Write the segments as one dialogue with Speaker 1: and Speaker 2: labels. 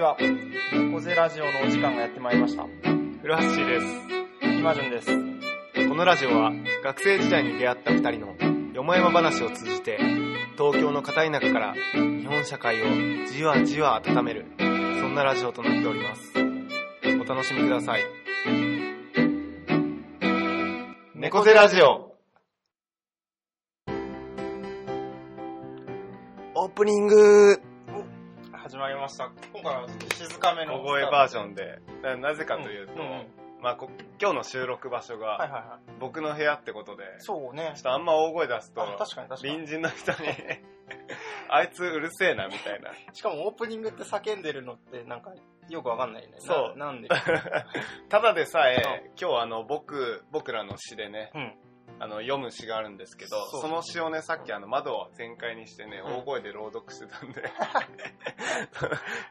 Speaker 1: は。猫背ラジオのお時間がやってまいりました。
Speaker 2: 古橋です。
Speaker 1: 今順です。
Speaker 2: このラジオは学生時代に出会った二人のよもやま話を通じて東京の片田舎から日本社会をじわじわ温めるそんなラジオとなっております。お楽しみください。猫背ラジオオープニング
Speaker 1: 始まりました。今回はちょっと静かめの。
Speaker 2: 小声バー
Speaker 1: ジ
Speaker 2: ジョンで、ななぜかというと、
Speaker 1: んん
Speaker 2: まあ、こ今日の収録場
Speaker 1: は
Speaker 2: 所
Speaker 1: いはい
Speaker 2: が
Speaker 1: はい。
Speaker 2: 僕の部屋ってことで、ちょ
Speaker 1: そうね
Speaker 2: っ。とあんま大声出すと、
Speaker 1: あ確かに確かに
Speaker 2: 隣。人の 人にあいつうるせえなみたいな
Speaker 1: しかもオープニングって叫んでるのってなんかよくわかんないよね。
Speaker 2: そう
Speaker 1: ななんで。
Speaker 2: ただでさえ今日あの僕僕らの詩でね、
Speaker 1: うん
Speaker 2: あの読む詩があるんですけど
Speaker 1: そう
Speaker 2: その詩をねさっきあの窓を全開にしてね、
Speaker 1: うん
Speaker 2: 大声で朗読してたんで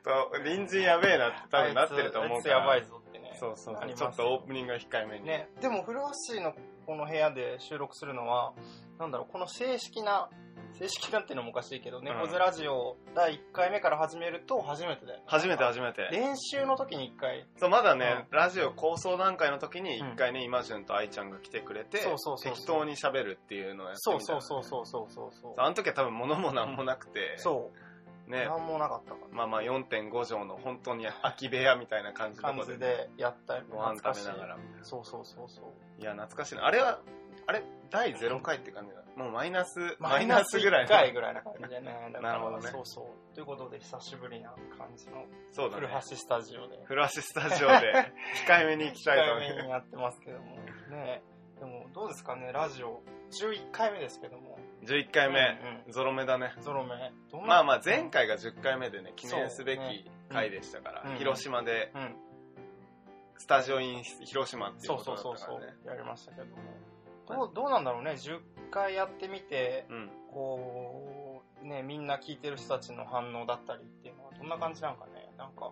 Speaker 2: と隣人やべえなって多分なってると思うから
Speaker 1: あいつあいつやばいぞってね。
Speaker 2: そうそう
Speaker 1: な
Speaker 2: そう
Speaker 1: り
Speaker 2: ちょ
Speaker 1: ま
Speaker 2: っ
Speaker 1: すよ
Speaker 2: とオープニングが控えめに、
Speaker 1: ね、でも古橋のこの部屋で収録するのはなんだろうこの正式な正式なんていうのもおかしいけど「猫背ラジオ」第1回目から始めると初めてだよね
Speaker 2: 初めて初めて
Speaker 1: 練習の時に1回
Speaker 2: そうまだね、ラジオ構想段階の時に
Speaker 1: うん
Speaker 2: 一回ね、今順と愛ちゃんが来てくれて
Speaker 1: そうそうそうそう
Speaker 2: 適当に喋るっていうのをやって
Speaker 1: そう
Speaker 2: みた
Speaker 1: そ
Speaker 2: の
Speaker 1: うそうそうそうそうそう
Speaker 2: あの時は多分物も何もなくて、
Speaker 1: そう
Speaker 2: ね、
Speaker 1: 何もなかったか
Speaker 2: まあまあ4.5畳の本当に空き部屋みたいな感じ
Speaker 1: ら
Speaker 2: の
Speaker 1: 感
Speaker 2: とこ
Speaker 1: じ
Speaker 2: で、
Speaker 1: でやったよ
Speaker 2: ご飯
Speaker 1: 懐か
Speaker 2: 食
Speaker 1: し
Speaker 2: べ
Speaker 1: い
Speaker 2: ながら。
Speaker 1: そうそうそうそう
Speaker 2: いや、懐かしいな。あれは、あれ、第0回って感じだ。もうマイナス、
Speaker 1: マイナス
Speaker 2: マイナスぐらい
Speaker 1: 1
Speaker 2: の
Speaker 1: 回ぐらい な感じでねだから
Speaker 2: なるほどね
Speaker 1: そうそうということで久しぶりな感じの
Speaker 2: そうだ
Speaker 1: 古
Speaker 2: ね。
Speaker 1: 橋スタジオで
Speaker 2: フラッシュスタジオ で控えめに行きたいと思
Speaker 1: 1回目にやってますけどもねでもどうですかねラジオ11回目ですけども
Speaker 2: う。11回目、
Speaker 1: うん
Speaker 2: ゾロ目だね
Speaker 1: う。んゾロ目どんな
Speaker 2: まあまあ前回が10回目でね、記念すべき
Speaker 1: そうね
Speaker 2: 回でしたから、
Speaker 1: うん
Speaker 2: 広島で、
Speaker 1: うん
Speaker 2: スタジオイン広島っていう
Speaker 1: そう
Speaker 2: こ
Speaker 1: そ
Speaker 2: と
Speaker 1: う
Speaker 2: だ
Speaker 1: そう
Speaker 2: っ
Speaker 1: そ
Speaker 2: たからね。
Speaker 1: うやりましたけどもどうどうなんだろうね10回やってみて
Speaker 2: うん。
Speaker 1: こうねみんな聞いてる人たちの反応だったりっていうのはどんな感じなんかねなんか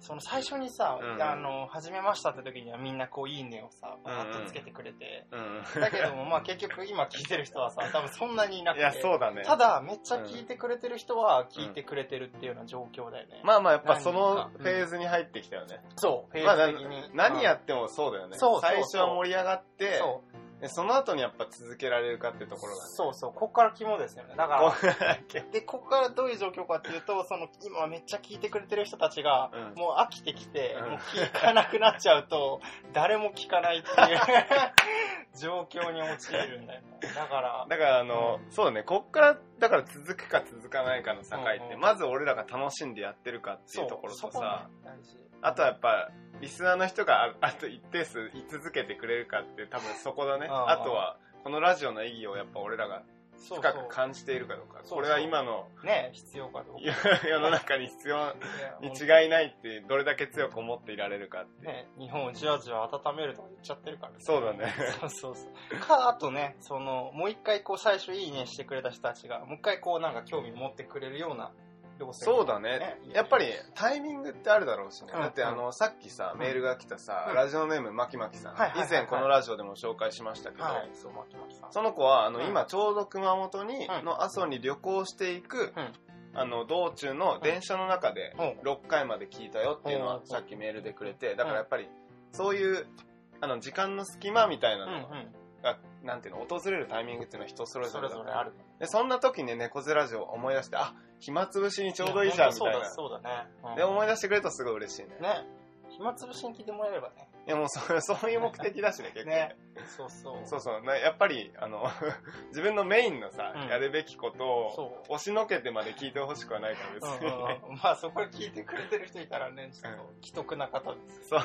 Speaker 1: その最初にさ「
Speaker 2: うん
Speaker 1: あの始めました」って時にはみんなこう「いいね」をさバーッとつけてくれて、
Speaker 2: うん。
Speaker 1: だけどもまあ結局今聞いてる人はさ多分そんなにいなく
Speaker 2: い
Speaker 1: て
Speaker 2: や、そうだね。
Speaker 1: ただ、めっちゃ聞いてくれてる人は聞いてくれてるっていうような状況だよね。
Speaker 2: まあまあやっぱその
Speaker 1: 何人か
Speaker 2: フェーズに入ってきたよね。
Speaker 1: そう、
Speaker 2: まあ
Speaker 1: 平時的に。
Speaker 2: 何や
Speaker 1: っ
Speaker 2: ってもそうだよね。
Speaker 1: そうそうそう
Speaker 2: 最初は盛り上がって、
Speaker 1: そ
Speaker 2: でその後にやっぱ続けられるかってと
Speaker 1: う
Speaker 2: ころだね。
Speaker 1: そうそう、ここから肝ですよね。だ
Speaker 2: こ
Speaker 1: か
Speaker 2: う
Speaker 1: ら、で、ここからどういう状況かっていうと、その、今めっちゃ聞いてくれてる人たちが、
Speaker 2: うん
Speaker 1: もう飽きてきて、
Speaker 2: うん
Speaker 1: もう聞かなくなっちゃうと、誰も聞かないっていう 状況に陥るんだよね。だから、
Speaker 2: だからあの、そうだね、こっから、だから続くか続かないかの境って、
Speaker 1: うんうん
Speaker 2: まず俺らが楽しんでやってるかっていうところ
Speaker 1: そ
Speaker 2: と
Speaker 1: うそこ
Speaker 2: さ
Speaker 1: が、大事。
Speaker 2: あとはやっぱ、リスナーの人があ あと一定数居続けてくれるかって多分そこだね。
Speaker 1: うんうん
Speaker 2: あとは、このラジオの意義をやっぱ俺らが
Speaker 1: そう
Speaker 2: 深く
Speaker 1: そ
Speaker 2: 感じているかどう
Speaker 1: そ
Speaker 2: か。
Speaker 1: うそう
Speaker 2: これは今の
Speaker 1: う。ね、必要かどうか。
Speaker 2: 世世の中に必要に違いないって、どれだけ強く思っていられるかっていう。
Speaker 1: ね、日本をじわじわ温めるとか言っちゃってるからね。
Speaker 2: そうだね。
Speaker 1: そうそうそう。か、あとね、その、もう一回こう最初いいねしてくれた人たちが、もう一回こうなんか興味持ってくれるような動線
Speaker 2: そうだね。やっぱりタイミングってあるだろうしね。
Speaker 1: うん
Speaker 2: だってあの、さっきさ、
Speaker 1: うん
Speaker 2: メールが来たさ、
Speaker 1: うん
Speaker 2: ラジオネームまきまきさん、
Speaker 1: はいはいはいはい
Speaker 2: 以前このラジオでも紹介しましたけど、
Speaker 1: はい、そう、まきまきさん。
Speaker 2: その子はあの、
Speaker 1: うん
Speaker 2: 今ちょうど熊本に、
Speaker 1: うん
Speaker 2: の阿蘇に旅行していく、
Speaker 1: うん
Speaker 2: あの、道中の電車の中で
Speaker 1: うん
Speaker 2: 6回まで聞いたよっていうの
Speaker 1: う
Speaker 2: は
Speaker 1: ん
Speaker 2: さっきメールでくれて、だからやっぱりそういう、あの、時間の隙間みたいな
Speaker 1: う
Speaker 2: の
Speaker 1: ん
Speaker 2: が、なんていうの、訪れるタイミングっていうのは人そ
Speaker 1: うん。
Speaker 2: れ
Speaker 1: そ
Speaker 2: ぞれ
Speaker 1: れ
Speaker 2: だ
Speaker 1: ぞれある。
Speaker 2: で、そんな時にね猫背ラジオを思い出して、あ、暇つぶしにちょうどいいじゃんみたい
Speaker 1: や
Speaker 2: な。
Speaker 1: そうだ、そうだね。うん
Speaker 2: で、思い出してくれるとすごい嬉しいね。
Speaker 1: ね。暇つぶしに聞いてもらえればね。
Speaker 2: いや、もう そ、そういう目的だ しね、結構。
Speaker 1: ね。そうそう。
Speaker 2: そうそう。なやっぱり、あの、 自分のメインのさ、
Speaker 1: うん
Speaker 2: やるべきことを、
Speaker 1: そう。
Speaker 2: 押しのけてまで聞いてほしくはないから別
Speaker 1: うん
Speaker 2: に。
Speaker 1: うんうん、まあそこで聞いてくれてる人いたらね、ちょっと既得な方 です。
Speaker 2: そう。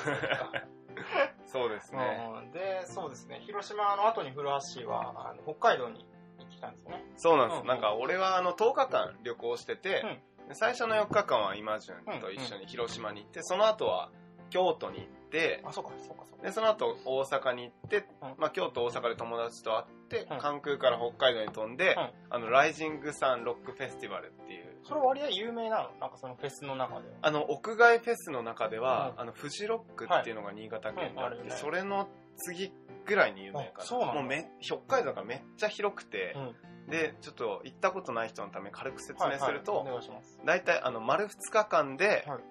Speaker 2: そうですね。
Speaker 1: うんうんで、そうですね、広島の後に古橋は、あの北海道に行ってきたんですね。
Speaker 2: そうなんで
Speaker 1: う
Speaker 2: す。
Speaker 1: ん
Speaker 2: なんか、俺は、あの、10日間旅行してて、で最初の4日間は今順と一緒に広島に行って、その後は京都に行って、
Speaker 1: あ、そうか、そうか、そうか。
Speaker 2: で、その後大阪に行って
Speaker 1: うん、
Speaker 2: まあ、京都、大阪で友達と会って
Speaker 1: うん、
Speaker 2: 関空から北海道に飛んで
Speaker 1: うん、
Speaker 2: あの、ライジングサンロックフェスティバルっていう、
Speaker 1: それ割合有名なのなんかそのフェスの中では。
Speaker 2: あの、屋外フェスの中では、
Speaker 1: うん
Speaker 2: あの、フジロックっていうのが新潟県に
Speaker 1: はいうんあ
Speaker 2: あって、
Speaker 1: るよね
Speaker 2: それの次ぐらいに有名かな。
Speaker 1: あそうなんだ
Speaker 2: もうめ、北海道がめっちゃ広くて、で、ちょっと行ったことない人のため軽く説明すると、
Speaker 1: はいはいお願いします。
Speaker 2: 大体あの、丸2日間で、
Speaker 1: はい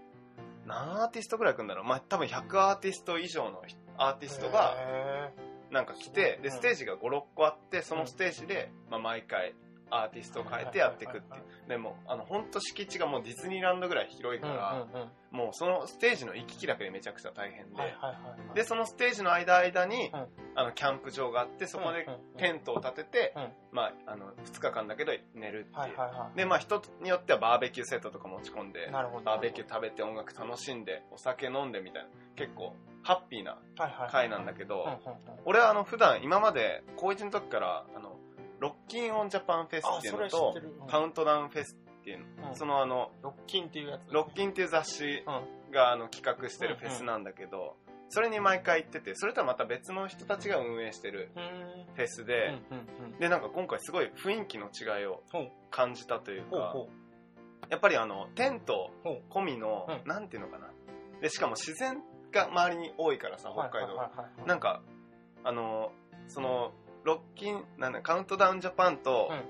Speaker 2: 何アーティストぐらい来るんだろうまあ多分100アーティスト以上のアーティストが
Speaker 1: へ
Speaker 2: なんか来て
Speaker 1: うん
Speaker 2: でステージが56個あってそのステージで、まあ、毎回アーティストを変えてやっていくって
Speaker 1: はいはい
Speaker 2: いうでもあの本当敷地がもうディズニーランドぐらい広い
Speaker 1: ーう
Speaker 2: か
Speaker 1: んうんうん
Speaker 2: ら、もうそのステージの行き来だけでめちゃくちゃ大変で、
Speaker 1: はいはいはいはい
Speaker 2: でそのステージの間間に、
Speaker 1: うん
Speaker 2: あのキャンプ場があってそこで
Speaker 1: うんうんうん
Speaker 2: テントを立てて、
Speaker 1: うん
Speaker 2: まあ、あの2日間だけど寝るっていう、
Speaker 1: はいはいはい
Speaker 2: でまあ人によってはバーベキューセットとか持ち込んで
Speaker 1: なるほど
Speaker 2: バーベキュー食べて音楽楽しんでお酒飲んでみたいな結構ハッピーな
Speaker 1: はいはいはい
Speaker 2: 会なんだけど、
Speaker 1: うんうんうん
Speaker 2: 俺はあの普段今まで高一の時からあのロッキンオンジャパンフェス
Speaker 1: あ
Speaker 2: っていう
Speaker 1: それ
Speaker 2: の
Speaker 1: は知っ
Speaker 2: と
Speaker 1: てるうん
Speaker 2: カウントダウンフェスっていうの、
Speaker 1: うん
Speaker 2: そのあの
Speaker 1: ロッキンっていうやつ
Speaker 2: ロッキンっていう雑誌があの企画してるフェスなんだけど、それに毎回行ってて、それとはまた別の人たちが運営してる
Speaker 1: うんうん
Speaker 2: フェス
Speaker 1: うん
Speaker 2: で、
Speaker 1: うんうん
Speaker 2: で、なんか今回すごい雰囲気の違いを
Speaker 1: ほう
Speaker 2: 感じたという
Speaker 1: ほう
Speaker 2: か、
Speaker 1: ほ
Speaker 2: やっぱりあの、テント
Speaker 1: ほ
Speaker 2: 込みの、
Speaker 1: うん
Speaker 2: なんていうのかな。で、しかも自然が周りに多いからさ、
Speaker 1: う
Speaker 2: 北海
Speaker 1: は
Speaker 2: 道。
Speaker 1: いはいはいはい
Speaker 2: なんか、あの、その、ロッキン、なんだ、カウントダウンジャパンと、
Speaker 1: うん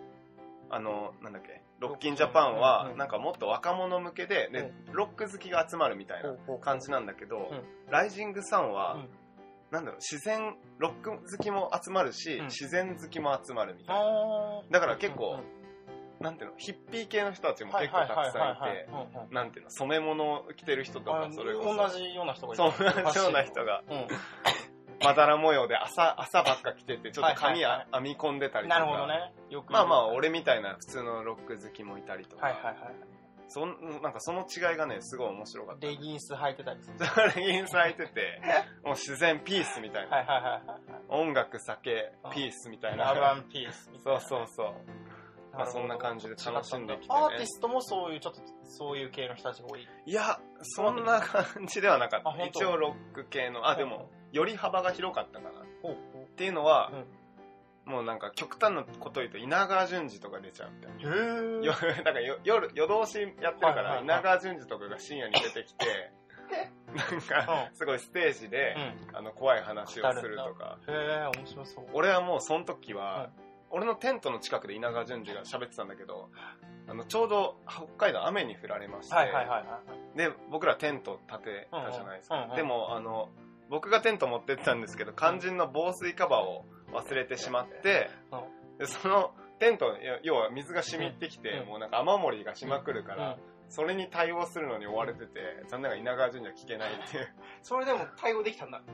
Speaker 2: あの、なんだっけ、ロッキンジャパンは、
Speaker 1: うんうん
Speaker 2: なんかもっと若者向けで、で、ロック好きが集まるみたいな
Speaker 1: ほうほう
Speaker 2: 感じなんだけど、
Speaker 1: う
Speaker 2: ライジングサンは、
Speaker 1: うん
Speaker 2: なんだろう、自然、ロック好きも集まるし、
Speaker 1: うん
Speaker 2: 自然好きも集まるみたいな。
Speaker 1: あー
Speaker 2: だから結
Speaker 1: うん
Speaker 2: 構
Speaker 1: うん、
Speaker 2: なんていうの、ヒッピー系の人たちも
Speaker 1: はい
Speaker 2: 結
Speaker 1: は
Speaker 2: 構
Speaker 1: い
Speaker 2: た
Speaker 1: はい
Speaker 2: くさんい
Speaker 1: はいはい
Speaker 2: て、
Speaker 1: うんうん
Speaker 2: なんていうの、染め物を着てる人と
Speaker 1: あ
Speaker 2: か、それこ
Speaker 1: 同
Speaker 2: そ。
Speaker 1: じような人がい
Speaker 2: そう
Speaker 1: る、
Speaker 2: 同じような人が、
Speaker 1: う
Speaker 2: まだら模様で朝、朝ばっか着てて、ちょっと
Speaker 1: はい
Speaker 2: 髪
Speaker 1: はいは
Speaker 2: あ編み込んでた
Speaker 1: ん、
Speaker 2: りとか。
Speaker 1: なるほどねよく
Speaker 2: まあまあ、
Speaker 1: はい
Speaker 2: 俺みたいな普通のロック好きもいたりとか、
Speaker 1: はいはい
Speaker 2: そんなんかその違いがね、すごい面白かった。
Speaker 1: レギンス履いてたりする
Speaker 2: それレギンス履いてて、もう自然ピースみたいな。
Speaker 1: はいはいはいはい
Speaker 2: 音楽、酒
Speaker 1: あ、
Speaker 2: ピースみたい
Speaker 1: ラブア
Speaker 2: な。
Speaker 1: ンピースみたい
Speaker 2: そう
Speaker 1: な
Speaker 2: そうそう。まあそんな感じで楽しんできてね
Speaker 1: アーティストもそういうちょっとそういう系の人たちが多い
Speaker 2: いや、そんな感じではなかっ
Speaker 1: あ
Speaker 2: た。
Speaker 1: 本当
Speaker 2: 一応ロック系の、あ、でも、より幅が広かったかな。っ
Speaker 1: ほう
Speaker 2: ていうのは、
Speaker 1: うん
Speaker 2: もうなんか極端なこと言うと稲川淳二とか出ちゃうみたいな。
Speaker 1: へー
Speaker 2: よだからよ 夜、夜通しやってるか
Speaker 1: はいはいは
Speaker 2: ら、
Speaker 1: い
Speaker 2: 稲川淳二とかが深夜に出てきて、 なんか、すごいステージで
Speaker 1: うん、
Speaker 2: あの、怖い話をするとか。
Speaker 1: へえ面白そう
Speaker 2: 俺はもうその時は、
Speaker 1: はい
Speaker 2: 俺のテントの近くで稲川淳二が喋ってたんだけど、あの、ちょうど北海道雨に降られまして、
Speaker 1: はいはいはいはい
Speaker 2: で、僕らテント立てたじゃないですか。
Speaker 1: うんうんうんうん
Speaker 2: でも、あの、僕がテント持ってったんですけど、肝心の防水カバーを忘れてしまって、でそのテント、要要は水が染みってきて、
Speaker 1: うん
Speaker 2: もうなんか雨漏りがしまくるから、
Speaker 1: うん
Speaker 2: それに対応するのに追われてて、残念ながら稲川淳二は聞けないっていう。
Speaker 1: それでも対応できたんだは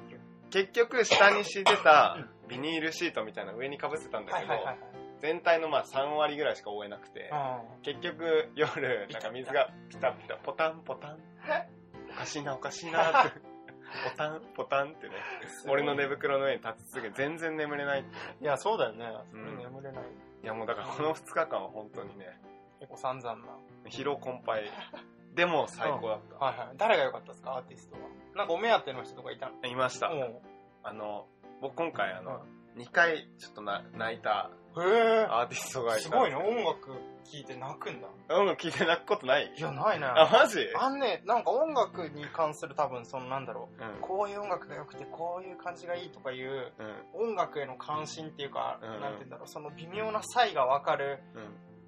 Speaker 2: 結局、下に敷いてたビニールシートみたいなの上に被せたんだけ
Speaker 1: い
Speaker 2: ど、
Speaker 1: はいはい
Speaker 2: 全体のまあ3割ぐらいしか覆えなくて、
Speaker 1: はいうん
Speaker 2: 結局夜なんか水がピタピタポタンポタンおかしいなおかしいな ってポタンポタンってね
Speaker 1: ごい
Speaker 2: 俺の寝袋の上に立ち続け全然眠れないって
Speaker 1: いやそうだよねそれ
Speaker 2: うん
Speaker 1: 眠れない
Speaker 2: いやもうだからこの2日間は本当にね
Speaker 1: 結構散々な
Speaker 2: 疲労困憊でも最高だっ
Speaker 1: はいはい誰が良かったですかアーティストはなんかお目当ての人とかいたの
Speaker 2: たいました
Speaker 1: うん
Speaker 2: あの僕今回あの2回ちょっとな泣いた
Speaker 1: へ
Speaker 2: アーティストが
Speaker 1: え
Speaker 2: い
Speaker 1: す
Speaker 2: た
Speaker 1: ごいね音楽聴いて泣くんだ
Speaker 2: 音楽聴いて泣くことない
Speaker 1: いやないな
Speaker 2: あマジ
Speaker 1: あんね、なんか音楽に関する多分、そのなんだろ
Speaker 2: う
Speaker 1: う、
Speaker 2: ん
Speaker 1: こういう音楽が良くて、こういう感じがいいとかいう、
Speaker 2: うん
Speaker 1: 音楽への関心っていうか、
Speaker 2: うんうん
Speaker 1: なんて言うんだろう、その微妙な差異がわかる
Speaker 2: う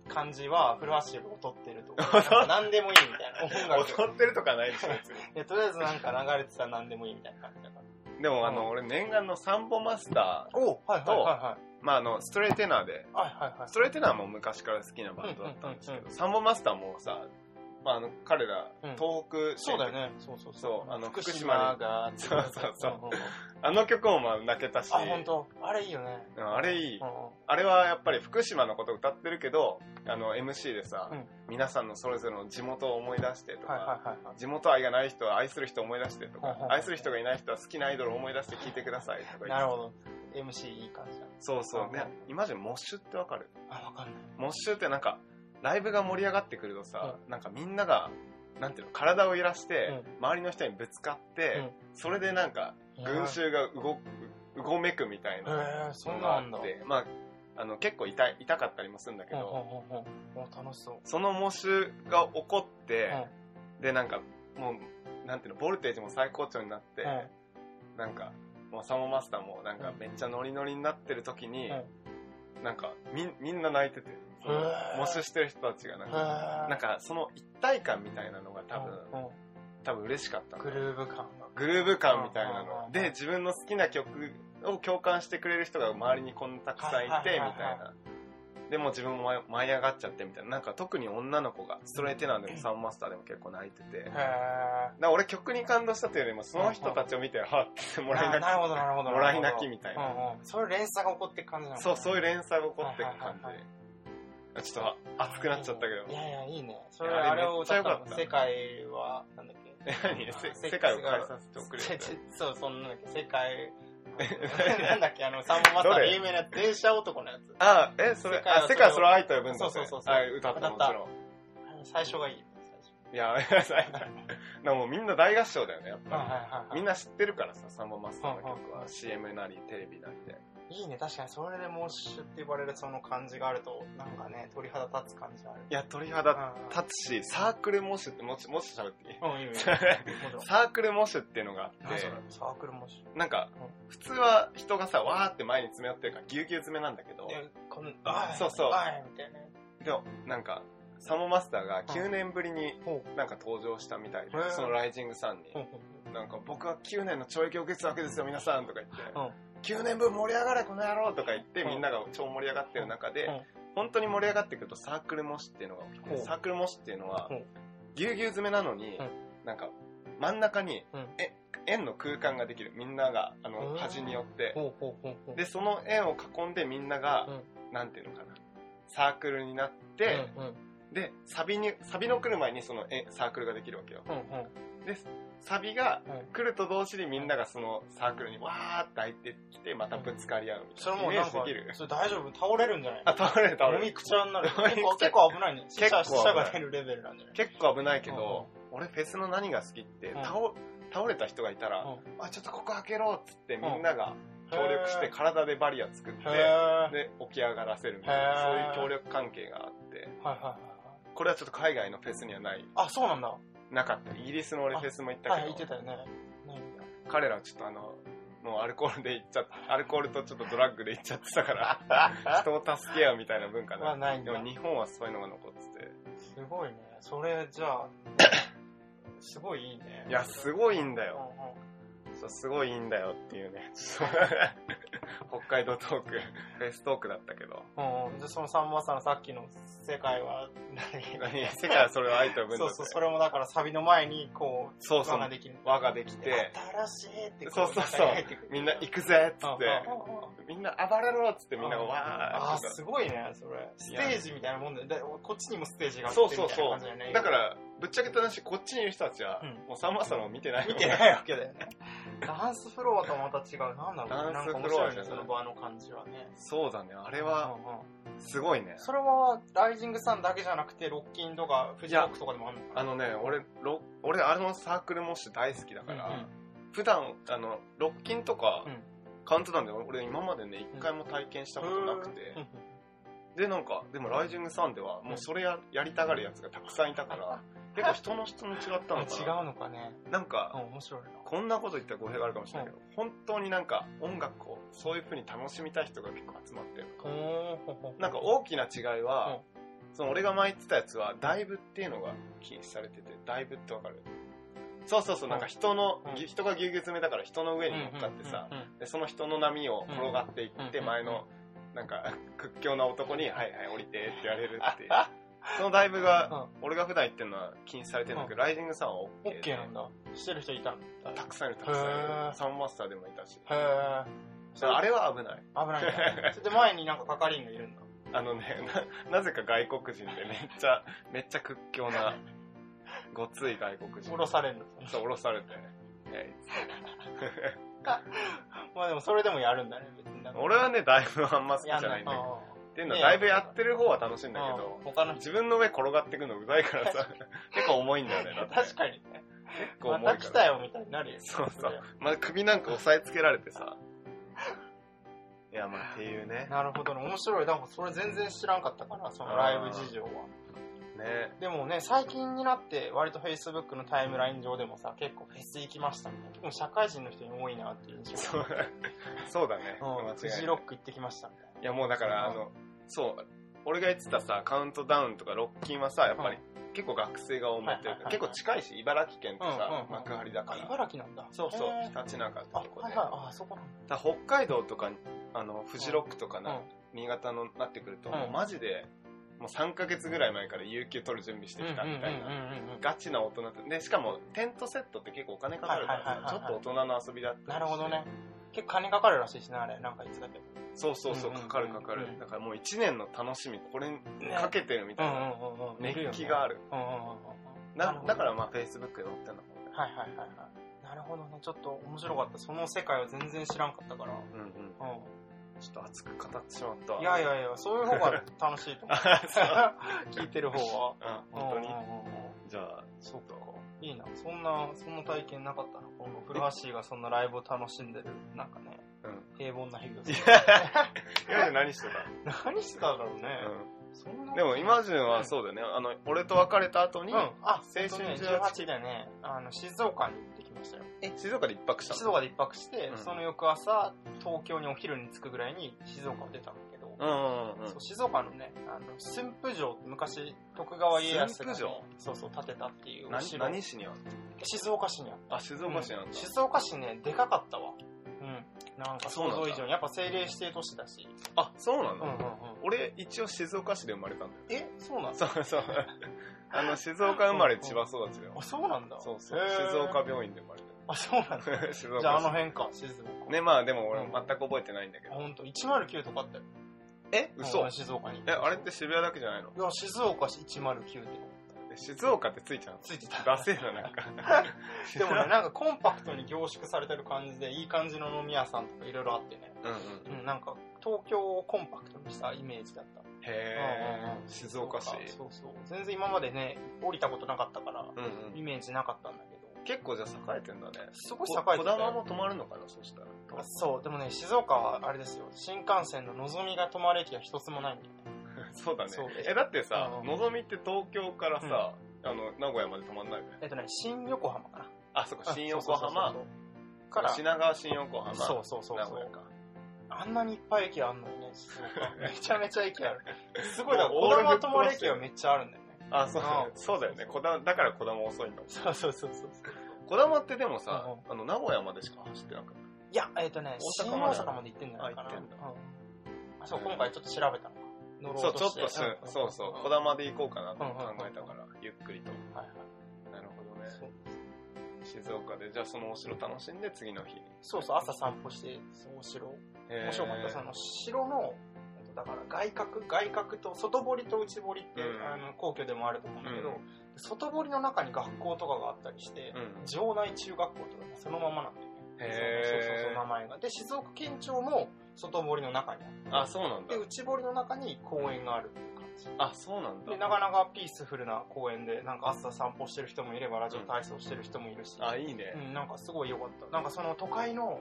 Speaker 2: ん
Speaker 1: 感じは、フルハッシュル劣ってるとか、なんか何でもいいみたいな、音楽。
Speaker 2: 踊ってるとかないでしょ別に
Speaker 1: いやとりあえずなんか流れてたら何でもいいみたいな感じだから。
Speaker 2: でもあ
Speaker 1: うん
Speaker 2: の、俺念願のサンボマスター、
Speaker 1: おはいはいは
Speaker 2: まああの、ストレイテナーで、
Speaker 1: いはい。はいはいはい
Speaker 2: ス。トレイテナーも昔から好きなバンドだったんですけ
Speaker 1: うんうん
Speaker 2: ど、サンボマスターもさ、まああの、彼ら
Speaker 1: うん、
Speaker 2: 東北、
Speaker 1: そうだよ。ね。そうそう
Speaker 2: そうあの
Speaker 1: 福島
Speaker 2: 島
Speaker 1: が、
Speaker 2: そうそうそうん
Speaker 1: んん
Speaker 2: あの曲もまあ泣けたし、
Speaker 1: あ、本当あれいいよね。
Speaker 2: うんあれいい、
Speaker 1: うんうん
Speaker 2: あれはやっぱり福島のこと歌ってるけど、あの、MC でさ、
Speaker 1: うん
Speaker 2: 皆さんのそれぞれの地元を思い出してとか、
Speaker 1: はいはいはいはい。
Speaker 2: 地元愛がない人は愛する人を思い出してと
Speaker 1: はいは
Speaker 2: か
Speaker 1: い、はい
Speaker 2: 愛する人がいない人は好きなアイドルを思い出して聴いてくださいとか言って
Speaker 1: なるほど。MC いい感じだ。
Speaker 2: そうそう。ね
Speaker 1: うん、
Speaker 2: 今じゃモッシュってわかる
Speaker 1: あ、わかんない。
Speaker 2: モッシュってなんか、ライブが盛り上がってくるとさ、なんかみんなが、なんていうの、体を揺らして、周りの人にぶつかって、それでなんか、群衆が動く、うごめくみたいな
Speaker 1: へえそ
Speaker 2: の
Speaker 1: ん
Speaker 2: が
Speaker 1: な
Speaker 2: あ
Speaker 1: んだ。
Speaker 2: って、まあ、あの、結構痛い、痛かったりもするんだけ
Speaker 1: うんうん
Speaker 2: ど、
Speaker 1: うんうん。お楽しそう。
Speaker 2: そのモッシュが起こって、で、なんか、もう、なんていうの、ボルテージも最高潮になって
Speaker 1: うん、
Speaker 2: なんか、もうサモマスターもなんか
Speaker 1: うん
Speaker 2: めっちゃノリノリになってる時に、
Speaker 1: うん
Speaker 2: なんかみんみんな泣いてて、その
Speaker 1: へー
Speaker 2: モッシュしてる人たちがなん
Speaker 1: へ
Speaker 2: か、
Speaker 1: ー
Speaker 2: なんかその一体感みたいなのが多分、
Speaker 1: うんうん
Speaker 2: 多分嬉しかった
Speaker 1: グルーヴ感が。
Speaker 2: グルーヴ感みたいな
Speaker 1: うんうんうんう
Speaker 2: の
Speaker 1: ん
Speaker 2: で自分の好きな曲を共感してくれる人が周りにこんなたくさんい
Speaker 1: はい
Speaker 2: て
Speaker 1: はいは
Speaker 2: み
Speaker 1: いはい
Speaker 2: たいなでも自分も舞舞い上がっちゃってみたいななんか特に女の子がストレイテナーでもサンマスターでも結構泣いててだか
Speaker 1: へ
Speaker 2: ら俺曲に感動したというよりもその人たちを見てはっっても
Speaker 1: ー。
Speaker 2: らい
Speaker 1: あなる
Speaker 2: 泣
Speaker 1: ほど、なるほど。
Speaker 2: きもらい
Speaker 1: なる
Speaker 2: 泣
Speaker 1: ほ
Speaker 2: き
Speaker 1: ど
Speaker 2: みたいな
Speaker 1: うんうん。そういう連鎖が起こっていく感じなの
Speaker 2: そう、そういう
Speaker 1: 連
Speaker 2: 連鎖が起こっていく感じで
Speaker 1: はいはいは。
Speaker 2: あちょっと熱くなっちゃったけ
Speaker 1: い
Speaker 2: ど。
Speaker 1: やいや、いいね。それ
Speaker 2: いや
Speaker 1: あ
Speaker 2: あれ
Speaker 1: れを歌った
Speaker 2: めっ
Speaker 1: の
Speaker 2: ちゃ良かった
Speaker 1: 世界は、なんだっけ
Speaker 2: 何せ
Speaker 1: セッ
Speaker 2: 世
Speaker 1: ク
Speaker 2: 界を
Speaker 1: スが
Speaker 2: 変えさせておくれって。
Speaker 1: そう、そんなんだっけ世 界、なんだっけ、あの、サンボマスターで有名な電車男のやつ。
Speaker 2: あ、え、それ、あ、
Speaker 1: 世
Speaker 2: 世界
Speaker 1: 界
Speaker 2: は
Speaker 1: は
Speaker 2: そ
Speaker 1: そ
Speaker 2: れ
Speaker 1: れ
Speaker 2: を愛と呼ぶんだって。
Speaker 1: そうそうそうそう
Speaker 2: あ歌ったもちろ
Speaker 1: 最初がいい。
Speaker 2: ん。いや、なもうみんな大合唱だよね、やっ
Speaker 1: 最初はいは
Speaker 2: ぱ
Speaker 1: い
Speaker 2: り。みん
Speaker 1: は
Speaker 2: な知ってるからさ、サンボマスターの曲
Speaker 1: うんう
Speaker 2: は
Speaker 1: ん
Speaker 2: CM なりテレビなりで。
Speaker 1: い。いいね、確かにそれでモッシュって呼ばれるその感じがあると、なんかね、鳥肌立つ感じがある。
Speaker 2: いや、鳥肌
Speaker 1: 立
Speaker 2: 立つし、サークルモッシュって、もし、もし喋っていい
Speaker 1: うん、いいよいいよ。もち ろん。
Speaker 2: サークルモッシュっていうのがあっ
Speaker 1: 何それ
Speaker 2: て、
Speaker 1: サークルモッシュ。
Speaker 2: なんか、普通は人がさ、わーって前に詰め寄ってるから、ぎゅうぎゅう詰めなんだけど、
Speaker 1: で、この、あー
Speaker 2: そうそう
Speaker 1: あーみたいな。
Speaker 2: でもなんかサモマスターが9年ぶりに
Speaker 1: ほ
Speaker 2: なんか登場したみたいで、
Speaker 1: へー
Speaker 2: そのライジングさんに、
Speaker 1: う。ほうほ
Speaker 2: なんか僕は9年の懲役を受けてたわけですよ皆さんとか言
Speaker 1: う
Speaker 2: って、9年分盛り上がれこの野郎とか言って、
Speaker 1: うん
Speaker 2: みんなが超盛り上がってる中で、
Speaker 1: うん
Speaker 2: 本当に盛り上がってくるとサークル模試っていうのが起きて、
Speaker 1: うん
Speaker 2: サークル模試っていうのは、
Speaker 1: うん
Speaker 2: ぎゅうぎゅう詰めなのに、
Speaker 1: うん
Speaker 2: なんか真ん中に、
Speaker 1: うん
Speaker 2: え円の空間ができるみんながあの
Speaker 1: うん
Speaker 2: 端によって、
Speaker 1: ほうほうほうほう。
Speaker 2: でその円を囲んでみんなが、なんていうのかなサークルになって、
Speaker 1: うんうん
Speaker 2: で、サビに、サビの来る前にそのえサークルができるわけよ。
Speaker 1: うんうん
Speaker 2: で、サビが
Speaker 1: うん
Speaker 2: 来ると同時にみんながそのサークルにわーって入ってきて、またぶつかり合うみた
Speaker 1: そ
Speaker 2: い
Speaker 1: れ
Speaker 2: な。
Speaker 1: もう
Speaker 2: イメ
Speaker 1: なん
Speaker 2: ージ
Speaker 1: か
Speaker 2: できる、
Speaker 1: それ大丈夫倒れるんじゃない
Speaker 2: あ、倒れる倒
Speaker 1: 飲
Speaker 2: れ
Speaker 1: み
Speaker 2: る。
Speaker 1: くちゃになる。
Speaker 2: 飲み
Speaker 1: 結
Speaker 2: 口
Speaker 1: 構結構危ないね。死者
Speaker 2: 結構
Speaker 1: 死
Speaker 2: 危な
Speaker 1: 者
Speaker 2: い
Speaker 1: が出るレベルなんじゃない
Speaker 2: 結構危ないけど、俺フェスの何が好きって、
Speaker 1: うん
Speaker 2: 倒倒れた人がいたら、あ、ちょっとここ開けろっつってみんなが協力して
Speaker 1: へ
Speaker 2: 体でバリア作って、
Speaker 1: ーへー
Speaker 2: で、起き上がらせるみたいな、そうい
Speaker 1: へ
Speaker 2: う
Speaker 1: ー
Speaker 2: 協力関係があって、
Speaker 1: はいはいはいはい。
Speaker 2: これはちょっと海外のフェスにはない、
Speaker 1: あ、そうなんだ。
Speaker 2: なかった。イギリスの俺フェスも行ったけ
Speaker 1: は
Speaker 2: ど、
Speaker 1: い、言ってたよね。ないんだ
Speaker 2: 彼らはちょっとあの、もうアルコールで行っちゃっアルコールとちょっとドラッグで行っちゃってた から、人を助け合うみたいな文化
Speaker 1: まあ
Speaker 2: だ。
Speaker 1: ないん
Speaker 2: で
Speaker 1: だ。
Speaker 2: も日本はそういうのが残ってて。
Speaker 1: すごいね。それじゃあ、すごいいいね。
Speaker 2: いや、すごいんだ
Speaker 1: うん
Speaker 2: よ。
Speaker 1: うん
Speaker 2: そうすごいいいんだよってい うね。そう北海道トーク、フェストークだったけど。
Speaker 1: うんうん。で、そのさんまさんのさっきの世界は何、
Speaker 2: 何世界はそれを愛と呼ぶんだ
Speaker 1: そう
Speaker 2: ぜ
Speaker 1: そう、それもだからサビの前に、こう、
Speaker 2: そうそう
Speaker 1: 輪ができる。
Speaker 2: 輪ができて、
Speaker 1: 新しいってこ
Speaker 2: そうそうそう
Speaker 1: 中に入ってくる
Speaker 2: みんな行くぜっつっ
Speaker 1: うん
Speaker 2: て、
Speaker 1: うんうんうん
Speaker 2: みんな暴れろっつってみんなが
Speaker 1: あ
Speaker 2: わー
Speaker 1: あ、
Speaker 2: って
Speaker 1: すごいね、それ。ステージみたいなもんだよ。でこっちにもステージがあって
Speaker 2: そ
Speaker 1: み
Speaker 2: うそう
Speaker 1: たいな
Speaker 2: そう
Speaker 1: 感じだよね。。
Speaker 2: だから、ぶっちゃけた話、こっちにいる人たちは、
Speaker 1: うん
Speaker 2: もうサンマスターの見てない
Speaker 1: 見てないわけだよね。 ダンスフロアとはまた違う。なんだろう。
Speaker 2: ダン
Speaker 1: なん
Speaker 2: スフロア
Speaker 1: か面白い
Speaker 2: じゃ
Speaker 1: ね、
Speaker 2: ない
Speaker 1: その場の感じはね。
Speaker 2: そうだね、あれ
Speaker 1: う
Speaker 2: は、
Speaker 1: んうん
Speaker 2: すごいね。
Speaker 1: それは、ライジングさんだけじゃなくて、ロッキンとか、フジロックとかでもあるのか
Speaker 2: あのね、俺、ロ俺、あのサークルモッシュ大好きだか
Speaker 1: な
Speaker 2: ら、
Speaker 1: うんうん
Speaker 2: 普段、あの、ロッキンとか、
Speaker 1: うん
Speaker 2: カウントダウンで俺今までね、一回も体験したことなくて、で、なんか、でもライジングサンでは、もうそれややりたがるやつがたくさんいたから、結構人の人に違ったのか
Speaker 1: 違
Speaker 2: な。
Speaker 1: うのかね。
Speaker 2: なん
Speaker 1: うん、
Speaker 2: か、
Speaker 1: 面白いな。
Speaker 2: こんなこと言ったら語弊があるかもしれないけど、本当になんか音楽をそういう風に楽しみたい人が結構集まってる。
Speaker 1: ほーほほ
Speaker 2: なんか大きな違いは、その俺が前言ってたやつは、ダイブっていうのが禁止されてて、ダイブってわかるそうそうそう、なんか人の、
Speaker 1: うん
Speaker 2: ぎ人がぎゅうぎゅう詰めだから人の上に乗っかってさ、
Speaker 1: うんうんうん
Speaker 2: でその人の波を転がっていって、
Speaker 1: うん
Speaker 2: 前の、なんか、 屈強な男に、はいはい降りてって言われ るっていう。そのダイブが、俺が普段言ってるのは禁止されてるんだけど、ライジングさんは OK
Speaker 1: オ
Speaker 2: で。
Speaker 1: ッケーなんだ。してる人いたんだ。
Speaker 2: たくさんいる、たくさんい
Speaker 1: へ
Speaker 2: る
Speaker 1: ー。
Speaker 2: サンマスターでもいたし。
Speaker 1: へー
Speaker 2: だからあれは危ない。
Speaker 1: 危ないんだ。それで前になんか係員がいるんだ。
Speaker 2: あのね、な、なぜか外国人でめっちゃ、めっちゃ屈強な、ごつい外国人。
Speaker 1: 降ろされるんだ。
Speaker 2: そう、降ろされて。え
Speaker 1: まあでもそれでもやるんだね、別になん
Speaker 2: い
Speaker 1: か。
Speaker 2: 俺はね、だいぶあんま好きじ
Speaker 1: や
Speaker 2: ゃ
Speaker 1: んな
Speaker 2: ない
Speaker 1: い
Speaker 2: んだけど。
Speaker 1: うん
Speaker 2: っていうのは、だいぶやってる方は楽しいんだけ
Speaker 1: う
Speaker 2: ど
Speaker 1: ん、他の人、
Speaker 2: 自分の上転がってくのうざいからさ、結構重いんだよね。だって
Speaker 1: 確かにね。
Speaker 2: 結
Speaker 1: ま
Speaker 2: 構重い
Speaker 1: た
Speaker 2: か
Speaker 1: 来
Speaker 2: ら。
Speaker 1: たよみたいになるよね。
Speaker 2: そう
Speaker 1: れ
Speaker 2: そう。まあ、首なんか押さえつけられてさ。いや、まあ、っていうね。
Speaker 1: なるほどね。面白い。なんかそれ全然知らんかったから、そのライブ事情は。
Speaker 2: ね。
Speaker 1: でもね、最近になって、割と Facebook のタイムライン上でもさ、結構フェス行きましたみたいな。結構社会人の人に多いなっていう印象
Speaker 2: そ
Speaker 1: が
Speaker 2: う、そうだね。
Speaker 1: うん。フ
Speaker 2: 間違い
Speaker 1: ジ
Speaker 2: ない
Speaker 1: ロック行ってきましたみたい
Speaker 2: いやもうだから、あ
Speaker 1: うん
Speaker 2: の、そう、俺が言ってたさ、カウントダウンとかロッキンはさ、やっぱり、結構学生が多めってい
Speaker 1: は
Speaker 2: う
Speaker 1: いはいはい
Speaker 2: か
Speaker 1: はい
Speaker 2: 結構近いし茨城県って
Speaker 1: うんうん
Speaker 2: さ
Speaker 1: うん
Speaker 2: 幕張だか
Speaker 1: あ、
Speaker 2: ら
Speaker 1: 茨城なんだ。
Speaker 2: そうそう
Speaker 1: へ
Speaker 2: ひ
Speaker 1: ー
Speaker 2: たちなかって
Speaker 1: あ、
Speaker 2: とこ
Speaker 1: は
Speaker 2: で
Speaker 1: い
Speaker 2: だ
Speaker 1: はい
Speaker 2: か、
Speaker 1: あ、そこなんだ。
Speaker 2: ら北海道とかあのフジロックとか
Speaker 1: うん
Speaker 2: な新潟のなってくると
Speaker 1: うん
Speaker 2: もうマジでもう3ヶ月ぐらい前から有給取る準備してきた
Speaker 1: うんう
Speaker 2: みたいな
Speaker 1: んうんうんうん
Speaker 2: ガチな大人ってでしかもテントセットって結構お金かかるか
Speaker 1: はいはい
Speaker 2: ら
Speaker 1: はい
Speaker 2: ちょ
Speaker 1: はい
Speaker 2: っと大人の遊びだったりして
Speaker 1: なるほどね。結構金かかるらしいしね、あれ。なんかいつだけ。
Speaker 2: そうそうそう
Speaker 1: うんうんうん
Speaker 2: かかるかか
Speaker 1: うん
Speaker 2: るだからもう1年の楽しみこれに
Speaker 1: ね
Speaker 2: かけてるみ
Speaker 1: う
Speaker 2: たい
Speaker 1: ん
Speaker 2: な
Speaker 1: うんうんうん。いるよ
Speaker 2: 熱
Speaker 1: ね
Speaker 2: 気があ。る
Speaker 1: うんうんうんうん。なる
Speaker 2: な
Speaker 1: ほど
Speaker 2: だからまあ Facebook で載ってんのかもね
Speaker 1: はいはいはいはい。なるほどね。ちょっと面白かった。その世界は全然知らんかったから。
Speaker 2: うんうん
Speaker 1: う
Speaker 2: ちょっと熱く語ってしまったわ
Speaker 1: ん。いやいやいや、そういう方が楽しいと思う。
Speaker 2: あ そ
Speaker 1: 聞
Speaker 2: う
Speaker 1: いてる方は。
Speaker 2: あ本当に
Speaker 1: うんうんうんうん
Speaker 2: じゃあちょっと
Speaker 1: いいな。そんな、そんな体験なかったな。この古橋がそんなライブを楽しんでる、なんかね、
Speaker 2: うん
Speaker 1: 平凡な日々を
Speaker 2: いや 夜何してた、
Speaker 1: 何してたんだろうね。そんな
Speaker 2: でもイマジンはそうだよねあの俺と別れた後
Speaker 1: う
Speaker 2: に、
Speaker 1: ん。あ、
Speaker 2: 青春
Speaker 1: 18だね。あの、静岡に行ってきましたよ。
Speaker 2: え静岡で一泊した
Speaker 1: 静
Speaker 2: の
Speaker 1: 岡で一泊して、
Speaker 2: うん
Speaker 1: その翌朝、東京にお昼に着くぐらいに静岡を出たんだけど、
Speaker 2: うんうんうん
Speaker 1: そう静岡のね、あの、駿府城って昔、徳川家康が、ね
Speaker 2: 駿府、
Speaker 1: そうそう、建てたっていうお
Speaker 2: 何
Speaker 1: 城。
Speaker 2: 何市にある
Speaker 1: 静岡市にある。
Speaker 2: あ静岡市なんだ、
Speaker 1: 静岡市ね、でかかったわ。うん。なんか
Speaker 2: そ
Speaker 1: 想
Speaker 2: うなんだ
Speaker 1: 像以上に、やっぱ政令指定都市だし。
Speaker 2: あそうなの、
Speaker 1: うんうんうん。
Speaker 2: 俺一応静岡市で生まれたんだよ
Speaker 1: え、そうなんだ。
Speaker 2: そうそう あの静岡生まれ千葉育ちだよ
Speaker 1: あ、そうなんだ。
Speaker 2: そうそう
Speaker 1: へー
Speaker 2: 静岡病院で生まれ
Speaker 1: あ、そうなんだ。
Speaker 2: た よ静岡市
Speaker 1: じゃああの辺か、静岡。
Speaker 2: ねまあでも俺全く覚えてないんだけ
Speaker 1: あ。
Speaker 2: ど
Speaker 1: ほんと、109とかあったよ。
Speaker 2: え嘘
Speaker 1: うん静岡に。
Speaker 2: えあれって渋谷だけじゃないの
Speaker 1: いや、静岡市109って
Speaker 2: え静岡ってついちゃうの
Speaker 1: ついてた。
Speaker 2: ダセえななんか
Speaker 1: で もね、なんかコンパクトに凝縮されてる感じで、いい感じの飲み屋さんとかいろいろあってね。
Speaker 2: うんうん
Speaker 1: うん、なんか、東京をコンパクトにしたイメージだった。うんう
Speaker 2: へ
Speaker 1: んう
Speaker 2: え
Speaker 1: ん
Speaker 2: 静岡市
Speaker 1: そうそう。全然今までね、降りたことなかったから、
Speaker 2: うんう
Speaker 1: イ
Speaker 2: ん
Speaker 1: メージなかったんだけど、
Speaker 2: 結構じゃあ栄えてんだね
Speaker 1: すごい栄え
Speaker 2: こ
Speaker 1: て
Speaker 2: だ
Speaker 1: た
Speaker 2: ま
Speaker 1: よ。
Speaker 2: も止まるのかなそうしたら
Speaker 1: あそう、でもね、静岡はあれですよ、新幹線ののぞみが止まる駅が一つもないんだよね。
Speaker 2: そうだね
Speaker 1: そう
Speaker 2: えだってさ
Speaker 1: うん
Speaker 2: のぞみって東京からさあの名古屋まで止まんないよね
Speaker 1: えっとね、新横浜かな。
Speaker 2: あそっか新横浜
Speaker 1: そうそうそうそうから、
Speaker 2: 品川新横浜
Speaker 1: そうそうそう
Speaker 2: 名
Speaker 1: そ
Speaker 2: 古屋
Speaker 1: う。
Speaker 2: か
Speaker 1: あんなにいっぱい駅あんのに ね、静岡めちゃめちゃ駅ある。すごい、
Speaker 2: も
Speaker 1: だ
Speaker 2: う
Speaker 1: から、小玉
Speaker 2: オールぶっ
Speaker 1: 泊ま
Speaker 2: 壊
Speaker 1: る
Speaker 2: し
Speaker 1: 駅
Speaker 2: てる
Speaker 1: はめっちゃあるんだよね。
Speaker 2: あそうだね
Speaker 1: うん
Speaker 2: そうだよねこだだからこだま遅いんだもん
Speaker 1: そうそうそうそう。
Speaker 2: こだまってでもさ
Speaker 1: うんう
Speaker 2: あの名古屋までしか走ってなくない
Speaker 1: いや、えっ、とね、
Speaker 2: 大
Speaker 1: 新
Speaker 2: 阪ま
Speaker 1: 大
Speaker 2: で
Speaker 1: 阪まで行ってんじゃないかな。
Speaker 2: あ行ってんだ
Speaker 1: うんあそう、今回ちょっと調べたのか。乗ろ
Speaker 2: そうう、ちょっ
Speaker 1: して
Speaker 2: とし、そうそう、こ
Speaker 1: ん
Speaker 2: だまで行こうかなと考えた
Speaker 1: うん
Speaker 2: から、ゆっくりと。
Speaker 1: はいはい
Speaker 2: なるほど
Speaker 1: そう
Speaker 2: ね。静岡で、じゃあそのお城楽しんで、次の日に。
Speaker 1: そうそう、朝散歩して、そうお城。面白かった。その城の、えっとだから外角、外角と、外堀と内堀って、
Speaker 2: うん
Speaker 1: あの皇居でもあると思うんだけど、
Speaker 2: う
Speaker 1: 外堀の中に学校とかがあったりして、
Speaker 2: うん。うん
Speaker 1: 城内中学校とかねそのままなんだよね。そうそうそうそう、名前が。で、静岡県庁も外堀の中にあって
Speaker 2: あ、そうなんだ
Speaker 1: で、。内堀の中に公園があるっていう感じ。
Speaker 2: あ、そうなん
Speaker 1: で、な
Speaker 2: だ。
Speaker 1: かなかピースフルな公園で、なんか朝散歩してる人もいれば、ラジオ体操してる人もいるし、
Speaker 2: あ、いいうね。
Speaker 1: ん、なんかすごい良かった。なんかその都会の、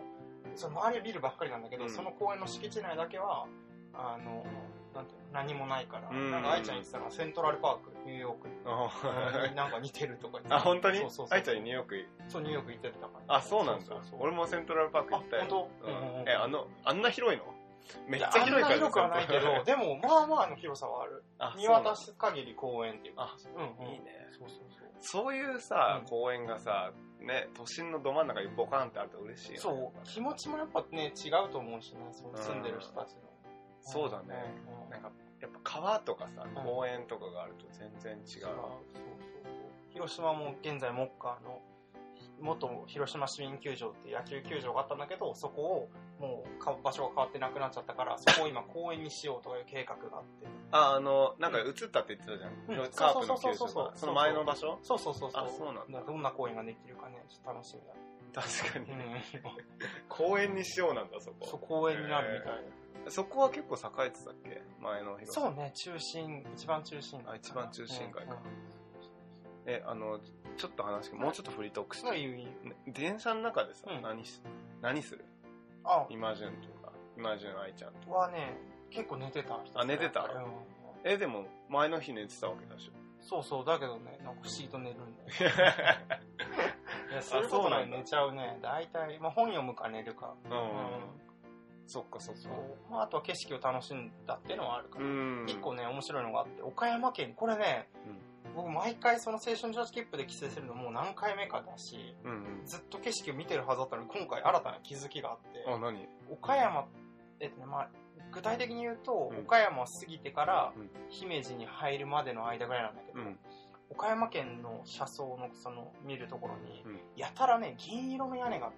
Speaker 1: その周りはビルばっかりなんだけど、
Speaker 2: うん
Speaker 1: その公園の敷地内だけは、あの、なんていうの、何もないから、
Speaker 2: うん
Speaker 1: なんか愛ちゃん言ってたのはセントラルパーク、ニューヨークに
Speaker 2: あ、
Speaker 1: なんか似てるとか言ってた
Speaker 2: あ本当に
Speaker 1: そうそうそう。
Speaker 2: あいちゃんニューヨーク、
Speaker 1: そう、ニューヨーク行ってたから。
Speaker 2: あ、そうなんだ
Speaker 1: そうそうそ。う
Speaker 2: 俺もセントラルパーク行ったよ。
Speaker 1: あ本当
Speaker 2: う
Speaker 1: うんうんうんん
Speaker 2: え、あの、あんな広いのめっちゃ広いからね。
Speaker 1: あんな広くはないけ
Speaker 2: セントラ
Speaker 1: ど、
Speaker 2: ル
Speaker 1: でも、まあまあの広さはある。
Speaker 2: パーク、
Speaker 1: 見渡す限り公園っていう
Speaker 2: あ
Speaker 1: か。うんうん。
Speaker 2: いいね。
Speaker 1: そうそうそう。
Speaker 2: そういうさ
Speaker 1: う、ん
Speaker 2: 公園がさ、ね、都心のど真ん中にボカンってあると嬉しいよね。
Speaker 1: そう、気持ちもやっぱね、違うと思うしね、そう住んでる人たちの。
Speaker 2: そうだね。
Speaker 1: うんうん
Speaker 2: なんか、やっぱ川とかさ
Speaker 1: ん、
Speaker 2: 公園とかがあると全然違
Speaker 1: 違う。そうそうそ
Speaker 2: う。
Speaker 1: う。広島も現在、モッカーの、元広島市民球場っていう野球球場があったんだけど、そこをもうか場所が変わってなくなっちゃったから、そこを今公園にしようとかいう計画があって。
Speaker 2: あ、あの、なんか映ったって言ってたじゃん。
Speaker 1: うん
Speaker 2: カープの
Speaker 1: そう
Speaker 2: 球
Speaker 1: そうそうそう
Speaker 2: 場
Speaker 1: そう
Speaker 2: が。その前の場所
Speaker 1: そうそうそうそう。
Speaker 2: あそうなん
Speaker 1: だ。どんな公園ができるかね、ちょっと楽しみだ。
Speaker 2: 確かに。
Speaker 1: うん。
Speaker 2: 公園にしようなんだ、そ
Speaker 1: そう、
Speaker 2: こ。
Speaker 1: 公園になるみたいで。
Speaker 2: そこは結構栄えてたっけ前の広さ。
Speaker 1: そうね、中心、一番中心街かな。
Speaker 2: あ一番中心街か
Speaker 1: うんうん
Speaker 2: え、あの、ちょっと話、もうちょっとフリートークし
Speaker 1: すごい
Speaker 2: て。
Speaker 1: いいいい
Speaker 2: ね電車の中でさ
Speaker 1: う、ん
Speaker 2: 何し、何する
Speaker 1: あ、
Speaker 2: イマジュンとか、イマジュン愛ちゃんとか。
Speaker 1: はね、結構寝てた。
Speaker 2: あ寝てた
Speaker 1: うん
Speaker 2: え、でも、前の日寝てたわけだし。
Speaker 1: そうそう、だけどね、なんか不思議と寝るんだよ。 いや、
Speaker 2: そ
Speaker 1: そうういう
Speaker 2: い
Speaker 1: う
Speaker 2: こ
Speaker 1: ことと
Speaker 2: な
Speaker 1: なん
Speaker 2: だ
Speaker 1: い寝ちゃうね。大体、まあ本読むか寝るか。
Speaker 2: う。
Speaker 1: うん
Speaker 2: そっかそっ
Speaker 1: そう
Speaker 2: か。。
Speaker 1: まああとは景色を楽しんだっていうのはあるか
Speaker 2: う
Speaker 1: ら。
Speaker 2: ん。
Speaker 1: 一個ね、面白いのがあって、岡山県、これね、
Speaker 2: うん
Speaker 1: 僕毎回その青春女子切符で帰省するのもう何回目かだし、
Speaker 2: うんうん。
Speaker 1: ずっと景色を見てるはずだったのに、今回新たな気づきがあって、
Speaker 2: あ、何
Speaker 1: 岡山、えっとね、まあ、具体的に言うと、
Speaker 2: うん
Speaker 1: 岡山を過ぎてから
Speaker 2: うん、
Speaker 1: 姫路に入るまでの間ぐらいなんだけど、
Speaker 2: うん。
Speaker 1: 岡山県の車窓の、その、見るところに
Speaker 2: うん、
Speaker 1: やたらね、銀色の屋根が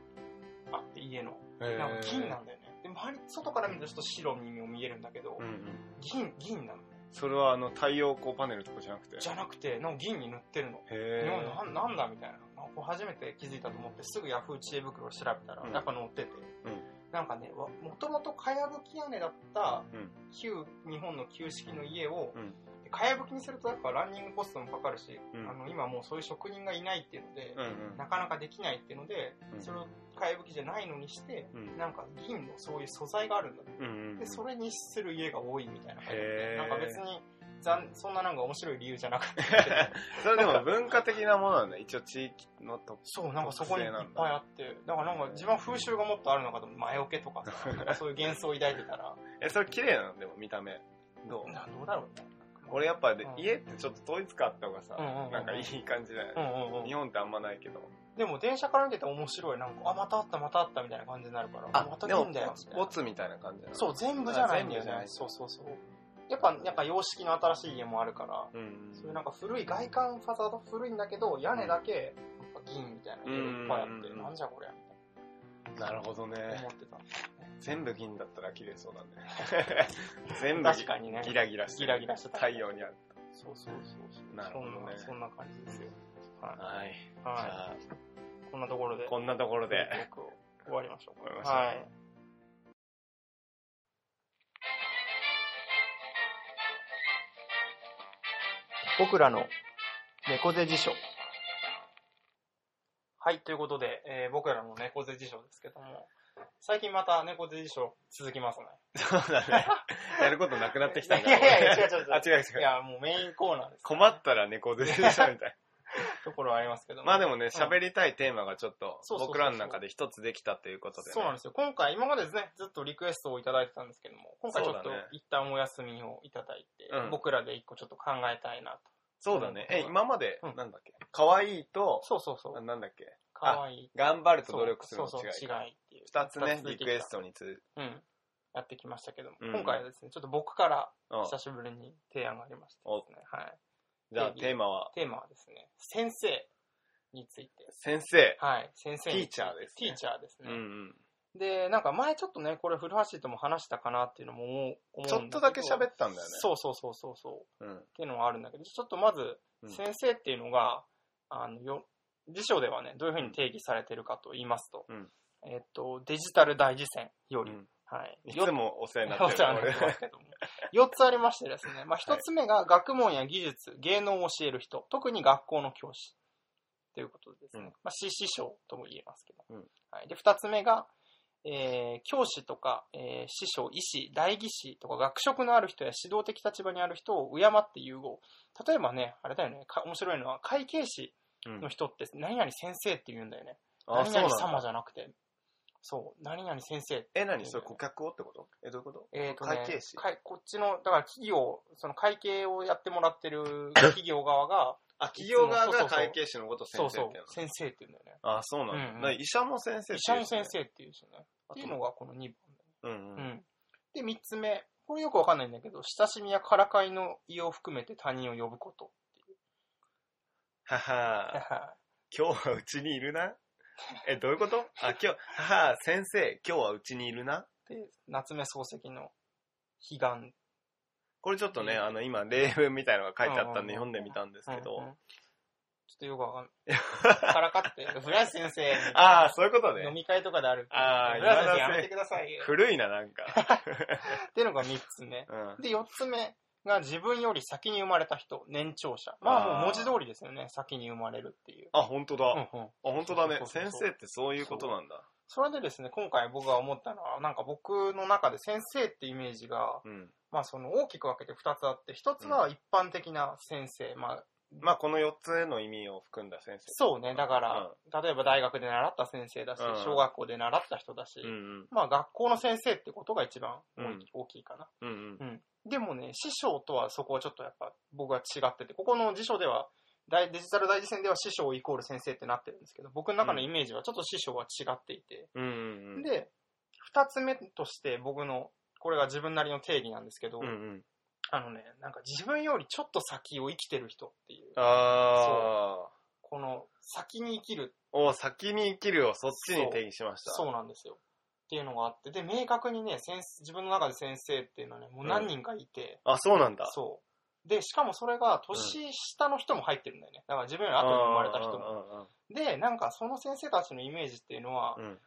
Speaker 1: あって、家の。
Speaker 2: え
Speaker 1: なんか金なんだよね。で、周り、外から見るとちょっと白にも見えるんだけど
Speaker 2: うん、うん。
Speaker 1: 銀、銀なのね。
Speaker 2: それはあの、太陽光パネルとかじゃなくて。
Speaker 1: じゃなくて、なんか銀に塗ってるの。
Speaker 2: へ
Speaker 1: 日
Speaker 2: ー
Speaker 1: 本なんなんだみたいな。まあこれ初めて気づいたと思って、すぐヤフー知恵袋を調べたら
Speaker 2: う、ん
Speaker 1: やっぱ載ってて。
Speaker 2: うん
Speaker 1: なんかね、わもともとかやぶき屋根だった
Speaker 2: うん
Speaker 1: 旧、日本の旧式の家を、
Speaker 2: うん
Speaker 1: でかやぶきにするとやっぱランニングコストもかかるし、
Speaker 2: うん
Speaker 1: あの今もうそういう職人がいないっていうので、
Speaker 2: うんうん。
Speaker 1: なかなかできないっていうので、
Speaker 2: うん
Speaker 1: それをかやぶきじゃないのにして、
Speaker 2: うん
Speaker 1: なんか銀のそういう素材があるんだ
Speaker 2: うんうんうん。
Speaker 1: で、それにする家が多いみたいな感じ
Speaker 2: へ
Speaker 1: で
Speaker 2: ー、
Speaker 1: なんか別に残、そんななんか面白い理由じゃなくて。
Speaker 2: それでも文化的なものなんだ。一応地域のと
Speaker 1: そう、なんかそこにいっ
Speaker 2: 特性なん
Speaker 1: ぱい
Speaker 2: だ
Speaker 1: あって、だからなんか自分は風習がもっとあるのかと思って前置けと かさ、なんかそういう幻想を抱いてたら、
Speaker 2: え、それ綺麗なのでも見た目。どう
Speaker 1: などうだろうね。
Speaker 2: 俺やっぱで
Speaker 1: うん
Speaker 2: 家ってちょっと統一感あった方がさ、
Speaker 1: うんうんうん
Speaker 2: なんかいい感じだよ
Speaker 1: うん
Speaker 2: ね。
Speaker 1: うん
Speaker 2: 日
Speaker 1: うん。
Speaker 2: 本ってあんまないけど。
Speaker 1: でも電車から見てたら面白い。なんか、あ、またあった、またあったみたいな感じになるから、また
Speaker 2: で
Speaker 1: 来
Speaker 2: も
Speaker 1: んだよ。みたいな
Speaker 2: ボツみたいな感じなの
Speaker 1: そう、全部じゃないんだよ
Speaker 2: 全部じゃな
Speaker 1: ね。
Speaker 2: い
Speaker 1: そうそうそう。やっぱ、やっぱ洋式の新しい家もあるから、
Speaker 2: うんうん。
Speaker 1: そういうなんか古い外観ファザード古いんだけど、屋根だけ、やっぱ銀みたいな家がいっぱいあって、
Speaker 2: うん
Speaker 1: なんじゃこりゃ、み
Speaker 2: なるほど
Speaker 1: たいな
Speaker 2: ね
Speaker 1: 思。ってた。
Speaker 2: 全部銀だったら綺麗そうだね。全部
Speaker 1: 確かにね。
Speaker 2: ギラギラしてる
Speaker 1: ギラギラしてた
Speaker 2: 太陽にある。
Speaker 1: そうそうそうそう。
Speaker 2: なるほどね
Speaker 1: そんな、そんな感じですよ。はい。
Speaker 2: はい。じ
Speaker 1: は
Speaker 2: ゃあ、
Speaker 1: い。こんなところで、
Speaker 2: こんなところで。
Speaker 1: トークを終わりましょう
Speaker 2: 終わりましょう
Speaker 1: か。はい。僕らの猫背辞書。はい、ということで、えー僕らの猫背辞書ですけども、最近また猫背辞書続きますね。
Speaker 2: そうだね。やることなくなってきたんだ。
Speaker 1: いやいやいや違う違う違う
Speaker 2: あ、違う
Speaker 1: い
Speaker 2: 違う。
Speaker 1: や、もうメインコーナーです。
Speaker 2: 困ったら猫背でしょみたいな。
Speaker 1: ところはありますけど も。
Speaker 2: まあでもね、喋りたいテーマがちょっと
Speaker 1: そう、そうそうそう
Speaker 2: 僕らの中で一つできたということでね。
Speaker 1: そうなんですよ。今回、今までですね、ずっとリクエストをいただいてたんですけども、今回ちょっと
Speaker 2: そうだね
Speaker 1: 一旦お休みをいただいて、
Speaker 2: うん
Speaker 1: 僕らで一個ちょっと考えたいなと。
Speaker 2: そうだね。え、今まで
Speaker 1: うん、
Speaker 2: なんだっけ可愛いと、
Speaker 1: そうそうそう。
Speaker 2: なんだっけ
Speaker 1: かわいい。
Speaker 2: 頑張ると
Speaker 1: そう
Speaker 2: 努力するの
Speaker 1: そうそう違
Speaker 2: 違い。
Speaker 1: いっていう。
Speaker 2: 二つ
Speaker 1: 二
Speaker 2: ね
Speaker 1: つ、続い
Speaker 2: リ
Speaker 1: てき
Speaker 2: ク
Speaker 1: た
Speaker 2: エストにつ、
Speaker 1: うん。やってきましたけども、
Speaker 2: うん
Speaker 1: 今回はですね、ちょっと僕から
Speaker 2: うん
Speaker 1: 久しぶりに提案がありましてですね、はい。
Speaker 2: じゃあテーマは、
Speaker 1: テーマはですね、先生について。
Speaker 2: 先生。
Speaker 1: はい。先生について。
Speaker 2: ティーチャーですね
Speaker 1: ティーチャーです
Speaker 2: うん
Speaker 1: ね。
Speaker 2: うん。
Speaker 1: で、なんか前ちょっとね、これ古橋とも話したかなっていうのも思う思うん
Speaker 2: ちょっとだけ喋
Speaker 1: っ
Speaker 2: った
Speaker 1: た
Speaker 2: んだよね。
Speaker 1: そうそうそうそうそう。
Speaker 2: う。うん。
Speaker 1: っていうのはあるんだけど、ちょっとまず
Speaker 2: う、ん
Speaker 1: 先生っていうのが、あのよ辞書ではね、どういうふうに定義されてるかと言いますと、
Speaker 2: うん
Speaker 1: えっと、デジタル大事戦よ
Speaker 2: う
Speaker 1: り、
Speaker 2: ん
Speaker 1: はい。
Speaker 2: い
Speaker 1: よ
Speaker 2: つもお世話にな
Speaker 1: お
Speaker 2: って
Speaker 1: 世
Speaker 2: る
Speaker 1: 話になってますけども4つありましてですね、まあ、1つ目が学問や技術、芸能を教える人、特に学校の教師ということですね、
Speaker 2: うん
Speaker 1: まあ、師師匠とも言えますけど、
Speaker 2: うん
Speaker 1: はい、で2つ目が、えー教師とか、えー師匠、医師、代議士とか学職のある人や指導的立場にある人を敬って融合。例えばね、あれだよね、か面白いのは会計士
Speaker 2: 俺うん
Speaker 1: の人って何々先生って言うんだよね。
Speaker 2: あ、
Speaker 1: 何
Speaker 2: そうな
Speaker 1: 々
Speaker 2: んだ。
Speaker 1: 様じゃなくて。そう、何々先生
Speaker 2: え、何それ顧客をってことえ、どういうこと
Speaker 1: えーとね、
Speaker 2: 会計士
Speaker 1: かいこっちの、だから企業、その会計をやってもらって る企業側が、
Speaker 2: あ、企業側
Speaker 1: そうそ
Speaker 2: が
Speaker 1: うそう
Speaker 2: 会計士のことを先生
Speaker 1: そう
Speaker 2: って
Speaker 1: そ
Speaker 2: 言
Speaker 1: う
Speaker 2: う
Speaker 1: 先
Speaker 2: の、
Speaker 1: 生って言うんだよね。
Speaker 2: あ、そうなんだ。
Speaker 1: うんうん
Speaker 2: な医者も先生
Speaker 1: 医者の先
Speaker 2: っ
Speaker 1: 生って言うんですよね。
Speaker 2: あ
Speaker 1: っ
Speaker 2: と
Speaker 1: ていうのがこの2
Speaker 2: ていううんう。
Speaker 1: 番。うんん。で、3つ目。これよくわかんないんだけど、親しみやからかいの意を含めて他人を呼ぶこと。
Speaker 2: はは、今日はうちにいる な。え、どういうことあ、今日、はは、先生、今日はうちにいるな。
Speaker 1: で、夏目漱石の悲願。
Speaker 2: これちょっとね、
Speaker 1: うん
Speaker 2: あの、今、例文みたいのが書いてあったんで
Speaker 1: うんう
Speaker 2: 読
Speaker 1: ん
Speaker 2: んでみたんですけ
Speaker 1: うんうんち
Speaker 2: ど。
Speaker 1: ょっとよくわかん ない。からかって、古橋先生。
Speaker 2: ああ、そういうこと
Speaker 1: 飲
Speaker 2: ね。
Speaker 1: み会とかである。
Speaker 2: ああ、
Speaker 1: 古
Speaker 2: 今
Speaker 1: 橋先生や
Speaker 2: だ
Speaker 1: めて
Speaker 2: せ
Speaker 1: くださいよ。
Speaker 2: 古いな、なん か。
Speaker 1: っていうのが3つ目。
Speaker 2: うん。
Speaker 1: で、4つ目が自分より先に生まれた人、年長者。まあもう文字通りですよね。先に生まれるっていう。
Speaker 2: あ、本当だ。あ、
Speaker 1: うんうん
Speaker 2: 本当だね
Speaker 1: そ。うそうそ
Speaker 2: 先
Speaker 1: うそう
Speaker 2: 生ってそういうことなんだ。
Speaker 1: それでですね、今回僕が思ったのは、なんか僕の中で先生ってイメージが、
Speaker 2: うん。
Speaker 1: まあその大きく分けて2つあって、1つは一般的な先生。まあ、
Speaker 2: まあ、この4つの意味を含んだ先生。
Speaker 1: そうね、だから、例えば大学で習った先生だし
Speaker 2: うん、
Speaker 1: 小学校で習った人だし
Speaker 2: う、ん
Speaker 1: まあ学校の先生ってことが一番大き
Speaker 2: うん
Speaker 1: 大きいかな。
Speaker 2: うん。うんうん。
Speaker 1: うん。でもね、師匠とはそこはちょっとやっぱ僕は違ってて、ここの辞書では、大デジタル大事戦では師匠イコール先生ってなってるんですけど、僕の中のイメージはちょっと師匠は違っていて、
Speaker 2: うんうんうん。
Speaker 1: で、二つ目として僕の、これが自分なりの定義なんですけど、
Speaker 2: うんうん。
Speaker 1: あのね、なんか自分よりちょっと先を生きてる人っていう、
Speaker 2: ああ。
Speaker 1: この先に生きる、
Speaker 2: お先に生きるをそっちに定義しました。
Speaker 1: そうなんですよ。っていうのがあって、で、明確にね、先生自分の中で先生っていうのはね、もう何人かいて、
Speaker 2: あ、そうなんだ。
Speaker 1: そう。で、しかもそれが年下の人も入ってるんだよね。だから自分より後に生まれた人も。
Speaker 2: も。
Speaker 1: で、なんかその先生たちのイメージっていうのは、
Speaker 2: うん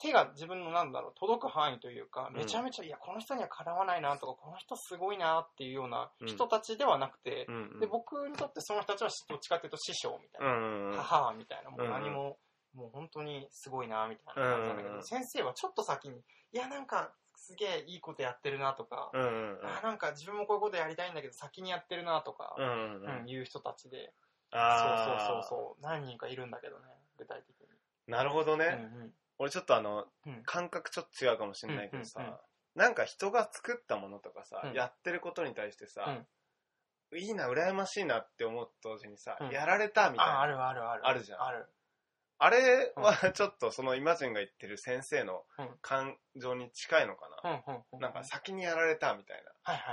Speaker 1: 手が自分のなんだろう、届く範囲というか、
Speaker 2: ん
Speaker 1: めちゃめちゃ、いや、この人にはかなわないなとか、この人すごいなっていうような人たちではなくて、
Speaker 2: うんうん。
Speaker 1: で、僕にとってその人たちはどっちかっていうと師匠みたいうな、
Speaker 2: んうんうん。
Speaker 1: 母みたいな、もう
Speaker 2: うん
Speaker 1: 何も、もう本当にすごいなみたいな感じなんだけど、
Speaker 2: うん
Speaker 1: 先生はちょっと先に、いや、なんかすげえいいことやってるなとか、
Speaker 2: うんうん
Speaker 1: あーなんか自分もこういうことやりたいんだけど先にやってるなとか
Speaker 2: う、んうんう。
Speaker 1: うんん、いう人たちでそう
Speaker 2: ああ。
Speaker 1: そうそうそう何人かいるんだけどね具体的に、
Speaker 2: なるほどね。
Speaker 1: うんうん
Speaker 2: 俺ちょっとあの、
Speaker 1: うん
Speaker 2: 感覚ちょっと違うかもしれないけどさ、
Speaker 1: うんうんうん
Speaker 2: なんか人が作ったものとかさ、
Speaker 1: うん
Speaker 2: やってることに対してさ、いいな、羨ましいなって思うと同時にさ、
Speaker 1: うん
Speaker 2: やられたみたい
Speaker 1: あ
Speaker 2: な。
Speaker 1: あ
Speaker 2: あ
Speaker 1: るあるある
Speaker 2: あるじゃん
Speaker 1: ある
Speaker 2: れはちょっとそのイマジンが言ってる先生の
Speaker 1: うん
Speaker 2: 感情に近いのか
Speaker 1: う
Speaker 2: な。
Speaker 1: んうんう
Speaker 2: なんか先にやられたみたいな。
Speaker 1: はいはい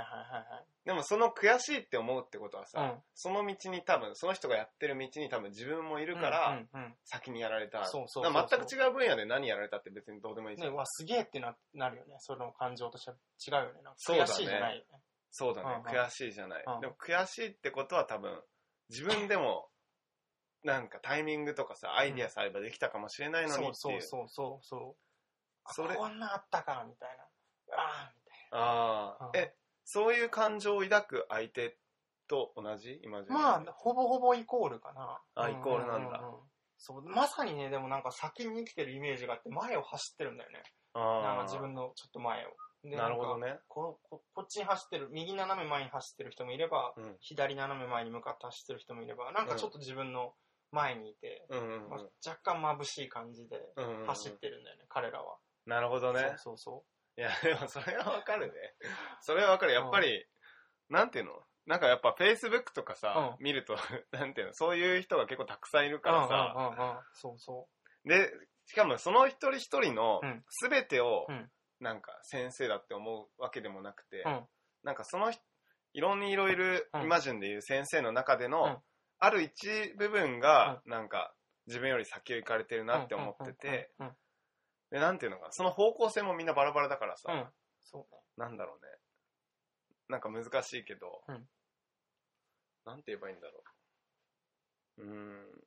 Speaker 2: でもその悔しいって思うってことはさ、
Speaker 1: はいはいはい
Speaker 2: その道に多分、その人がやってる道に多分自分もいる
Speaker 1: うん
Speaker 2: から、
Speaker 1: うんうんうん
Speaker 2: 先にやられた。
Speaker 1: そうそうそうそう
Speaker 2: なんか全く違う分野で何やられたって別にどうでもいいじゃ
Speaker 1: ね
Speaker 2: ん。
Speaker 1: うわすげえってななるよねその感情としては違うよねなん
Speaker 2: そう
Speaker 1: か
Speaker 2: だ
Speaker 1: 悔
Speaker 2: ね
Speaker 1: しいじゃないよね
Speaker 2: そうだね、
Speaker 1: うんうん
Speaker 2: 悔しいじゃない、
Speaker 1: うん
Speaker 2: でも悔しいってことは多分自分でもなんかタイミングとかさアイディアさえあればできたかもしれないのにってい
Speaker 1: そううそうそうそうそうあ
Speaker 2: それ
Speaker 1: こんなあったかみたいなああみたい
Speaker 2: ああ、
Speaker 1: うん
Speaker 2: えそういう感情を抱く相手と同じ今じゃ
Speaker 1: なまあほぼほぼイコールかな
Speaker 2: あ
Speaker 1: うん
Speaker 2: イコールなんだ
Speaker 1: うううそうまさにねでもなんか先に生きてるイメージがあって前を走ってるんだよねなんか自分のちょっと前を。で
Speaker 2: なるほど。
Speaker 1: んか
Speaker 2: ね
Speaker 1: こここっちに走ってる、右斜め前に走ってる人もいれば、
Speaker 2: うん
Speaker 1: 左斜め前に向かって走ってる人もいれば、なんかちょっと自分の前にいて、
Speaker 2: うんうん
Speaker 1: まあ若干眩しい感じで
Speaker 2: うんうんうん
Speaker 1: 走ってるんだよね、彼らは。
Speaker 2: なるほどね
Speaker 1: そうそ
Speaker 2: いや でもそれはわかるねそれはわかるやっぱり、なんていうのなんかやっぱフェイスブックとかさ、見ると なんていうのそういう人が結構たくさんいる
Speaker 1: うそ
Speaker 2: か
Speaker 1: う。
Speaker 2: らさ、
Speaker 1: うんうんうんうんそうそ
Speaker 2: で、しかもその一人一人の
Speaker 1: うん
Speaker 2: 全てを
Speaker 1: うん、
Speaker 2: なんか先生だって思うわけでもなくて、
Speaker 1: うん
Speaker 2: なんかその人、いろんないろいる
Speaker 1: うん
Speaker 2: イマジンでいう先生の中での、
Speaker 1: うん
Speaker 2: ある一部分が、なんか自分より先を行かれて
Speaker 1: う。
Speaker 2: るなって思ってて、
Speaker 1: うん。うん
Speaker 2: で、なんていうのかな、その方向性もみんなバラバラだからさ、
Speaker 1: うんうん。そうね。
Speaker 2: なんだろうね。なんか難しいけど、
Speaker 1: うん
Speaker 2: なんて言えばいいんだろう。うーん。